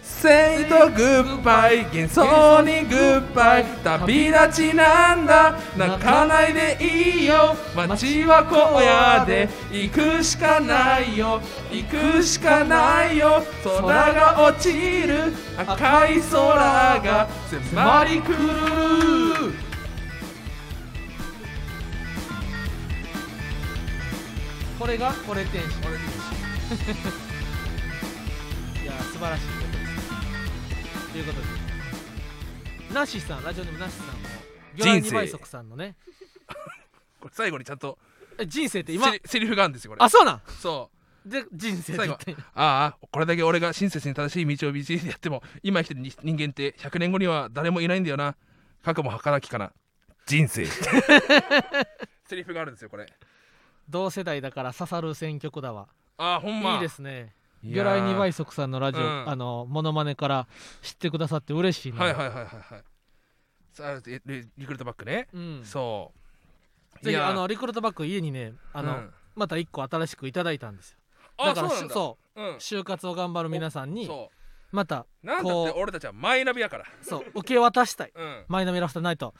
Speaker 4: Say to goodbye 幻想に goodbye 旅立ちなんだ泣かないでいいよ街は荒野で行くしかないよ行くしかないよ空が落ちる赤い空が迫り来る
Speaker 1: これがこれ天使これ天使 いやー素晴らしいことですということでナッシーさんラジオネームナッシーさんも魚雷二倍速さんのね
Speaker 2: これ最後にちゃんと
Speaker 1: え人生って今
Speaker 2: セリセリフがあるんですよこれ
Speaker 1: あそうなん
Speaker 2: そう
Speaker 1: で人生って
Speaker 2: 最
Speaker 1: 言
Speaker 2: 後
Speaker 1: って
Speaker 2: ああこれだけ俺が親切に正しい道を導いてやっても今生きてる人人間って100年後には誰もいないんだよな過去も儚きかな人 生セリフがあるんですよこれ
Speaker 1: 同世代だから刺さる選曲だわ、
Speaker 2: ああほんま
Speaker 1: いいですね
Speaker 2: い
Speaker 1: 魚
Speaker 2: やー
Speaker 1: 雷二倍速さんのラジオ、
Speaker 2: うん
Speaker 1: あのモノマネから知ってくださって嬉しいな
Speaker 2: はいはいはいはいはいさあリリリクルートバックね、
Speaker 1: うん、
Speaker 2: そう
Speaker 1: ぜ
Speaker 2: い
Speaker 1: ひ
Speaker 2: や
Speaker 1: あのリクルートバッグ家にねあの、
Speaker 2: うん
Speaker 1: また一個新しくいただいたんですよ
Speaker 2: あ
Speaker 1: だか
Speaker 2: そう
Speaker 1: ら
Speaker 2: なんだ
Speaker 1: そう
Speaker 2: う、ん、
Speaker 1: 就活を頑張る皆さんに
Speaker 2: そ
Speaker 1: また
Speaker 2: うなんだって
Speaker 1: こ
Speaker 2: 俺たちはマイナビやから
Speaker 1: そう受け渡したい
Speaker 2: うん
Speaker 1: マイナビラフターナイト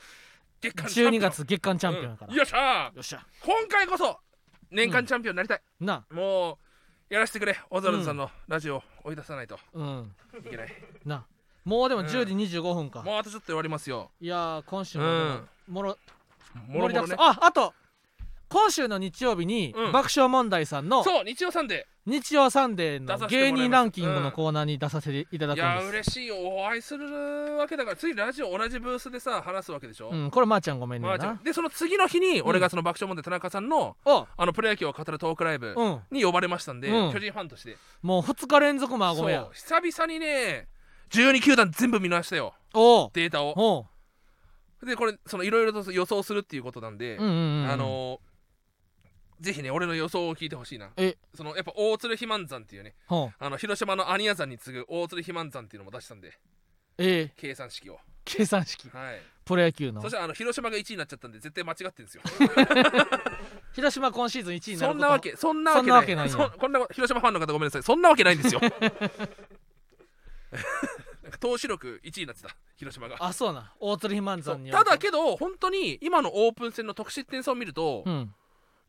Speaker 2: 月間チャンピ
Speaker 1: 12
Speaker 2: オン
Speaker 1: 月月間チャンピオンやから、
Speaker 2: うんよっしゃー
Speaker 1: よっしゃ
Speaker 2: 今回こそ年間チャンピオンになりたい、
Speaker 1: な
Speaker 2: もうやらせてくれオズワルドさんのラジオを追い出さないと
Speaker 1: うん
Speaker 2: い けない、
Speaker 1: なもうでも
Speaker 2: うん
Speaker 1: 10時25分か、
Speaker 2: もうあとちょっと終わりますよ
Speaker 1: いやー今週もでも、
Speaker 2: うん
Speaker 1: もろ
Speaker 2: も
Speaker 1: 盛
Speaker 2: ろ
Speaker 1: りだ
Speaker 2: もろ
Speaker 1: く
Speaker 2: ね
Speaker 1: さんああと今週の日曜日に、
Speaker 2: うん
Speaker 1: 爆笑問題さんの
Speaker 2: そう日曜さんで
Speaker 1: 「日曜サンデー」
Speaker 2: 出
Speaker 1: の
Speaker 2: させて
Speaker 1: 芸
Speaker 2: もらいます
Speaker 1: 人ランキングのコーナーに出させていただ
Speaker 2: い
Speaker 1: くん
Speaker 2: や
Speaker 1: です、
Speaker 2: 嬉しいよお会いするわけだから次ラジオ同じブースでさ話すわけでしょ、
Speaker 1: うん、これまーちゃんごめんね
Speaker 2: ま
Speaker 1: ん
Speaker 2: あじゃあ
Speaker 1: な
Speaker 2: でその次の日に俺がその爆笑問題田中さんの、
Speaker 1: お
Speaker 2: あのプロ野球を語るトークライブ
Speaker 1: うん
Speaker 2: に呼ばれましたんで、
Speaker 1: うん
Speaker 2: 巨人ファンとして、
Speaker 1: もう2日連続まあごめんや
Speaker 2: そう久々にね12球団全部見直したよ
Speaker 1: おう
Speaker 2: データを
Speaker 1: おう
Speaker 2: でこれそのいろいろと予想するっていうことなんで、
Speaker 1: うんうんうん
Speaker 2: あのーぜひね俺の予想を聞いてほしいな
Speaker 1: え
Speaker 2: そのやっぱ大鶴肥満山っていうね
Speaker 1: ほう
Speaker 2: あの広島のアニヤ山に次ぐ大鶴肥満山っていうのも出したんで
Speaker 1: えー、
Speaker 2: 計算式を
Speaker 1: 計算式
Speaker 2: はい
Speaker 1: プロ野球の
Speaker 2: そしたらあの広島が1位になっちゃったんで絶対間違ってるんです よ
Speaker 1: 広島今シーズン1位になる
Speaker 2: そ
Speaker 1: こと
Speaker 2: んなわけそんな
Speaker 1: そんなわ
Speaker 2: わ
Speaker 1: け
Speaker 2: け
Speaker 1: な
Speaker 2: ないい
Speaker 1: んや
Speaker 2: そこんな広島ファンの方ごめんなさいそんなわけないんで すよなんか投手力1位になってた広島が
Speaker 1: あそうな大鶴肥満
Speaker 2: そ
Speaker 1: さ
Speaker 2: うん
Speaker 1: によると
Speaker 2: ただけど本当に今のオープン戦の得失点差を見ると、
Speaker 1: うん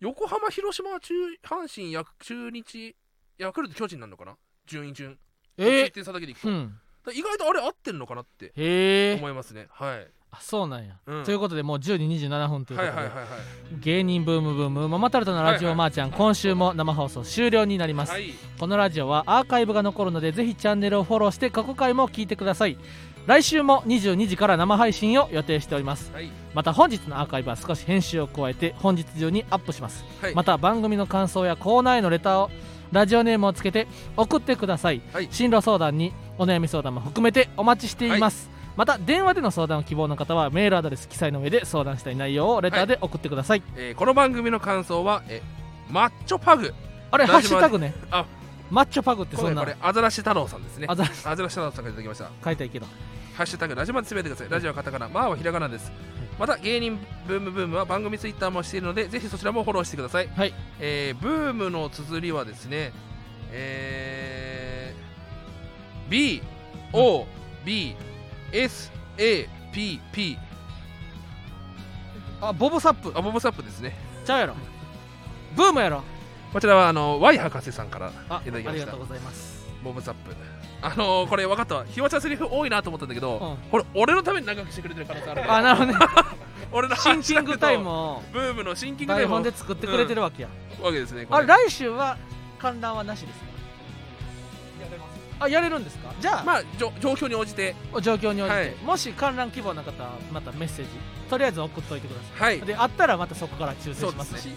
Speaker 2: 横浜広島中阪神ヤク中日ヤクルト巨人になるのかな順位順
Speaker 1: え
Speaker 2: 得失点差だけでいくと、
Speaker 1: うん
Speaker 2: だから意外とあれ合ってんのかなって
Speaker 1: へえ
Speaker 2: 思いますねはい
Speaker 1: あそうなんや、
Speaker 2: うん
Speaker 1: ということでもう10時27分というこ
Speaker 2: は
Speaker 1: と
Speaker 2: い
Speaker 1: で、
Speaker 2: はいはいはい
Speaker 1: 芸人ブームブームママタルトのラジオまーちゃん、今週も生放送終了になります、
Speaker 2: はい
Speaker 1: このラジオはアーカイブが残るのでぜひチャンネルをフォローして過去回も聞いてください来週も22時から生配信を予定しております
Speaker 2: はい
Speaker 1: また本日のアーカイブは少し編集を加えて本日中にアップします、
Speaker 2: はい
Speaker 1: また番組の感想やコーナーへのレターをラジオネームをつけて送ってください、
Speaker 2: はい
Speaker 1: 進路相談にお悩み相談も含めてお待ちしています、また電話での相談を希望の方はメールアドレス記載の上で相談したい内容をレターで送ってください、
Speaker 2: えーこの番組の感想はえマッチョパグ
Speaker 1: あれハ
Speaker 2: ラジオ
Speaker 1: ッシュタグね
Speaker 2: あ
Speaker 1: マッチョパグって
Speaker 2: こ
Speaker 1: そ
Speaker 2: れ
Speaker 1: んな
Speaker 2: これアザラシ太郎さんですね
Speaker 1: あざらし
Speaker 2: アザラシ太郎さんからいただきました
Speaker 1: 書いたいけど
Speaker 2: ハッシュタグラジオまでつぶやいてください。ラジオはカタカナ、マーはひらがなです。また芸人ブームブームは番組ツイッターもしているので、ぜひそちらもフォローしてください。
Speaker 1: はい
Speaker 2: えーブームの綴りはですね、えー B、O、B、S、A、P、P、
Speaker 1: あボブサップ
Speaker 2: アボボサップですね。
Speaker 1: ちゃうやろブームやろ
Speaker 2: こちらはあの Y 博士さんから
Speaker 1: あ
Speaker 2: いただき
Speaker 1: あ
Speaker 2: ま
Speaker 1: り
Speaker 2: し
Speaker 1: が
Speaker 2: た
Speaker 1: とう。ございます
Speaker 2: ボブサップ。あのーこれ分かったわ。ひわちゃんセリフ多いなと思ったんだけど、
Speaker 1: うん
Speaker 2: これ俺のために長くしてくれてる可能性あるね
Speaker 1: あなるほどね
Speaker 2: 俺の
Speaker 1: シンキングタイムを
Speaker 2: ブームのシンキングタイ
Speaker 1: 台
Speaker 2: ムを
Speaker 1: 本で作ってくれてるわけや、
Speaker 2: わけですね。こ
Speaker 1: あ
Speaker 2: れ
Speaker 1: れ来週は観覧はなしですかあやれるんですかじゃあ、
Speaker 2: まあじょ状況に応じて
Speaker 1: 状況に応じて、
Speaker 2: はい
Speaker 1: もし観覧希望な方はまたメッセージとりあえず送っといてくださ、
Speaker 2: はいい
Speaker 1: であったらまたそこから抽
Speaker 2: そ
Speaker 1: 選
Speaker 2: う
Speaker 1: し
Speaker 2: で
Speaker 1: ます
Speaker 2: す
Speaker 1: し
Speaker 2: し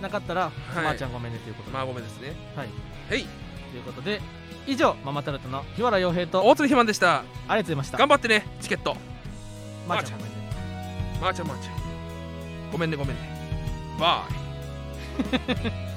Speaker 1: なかったら、
Speaker 2: い
Speaker 1: まーちゃんごめんねということで、
Speaker 2: まあごめんですね
Speaker 1: はい
Speaker 2: はい
Speaker 1: ということで以上ママタルトの日原洋平と
Speaker 2: 大鶴ひまんでした
Speaker 1: ありがとうございました
Speaker 2: 頑張ってねチケット
Speaker 1: まーちゃんごめんね
Speaker 2: まーちゃんまーちゃんごめんねごめんねバイ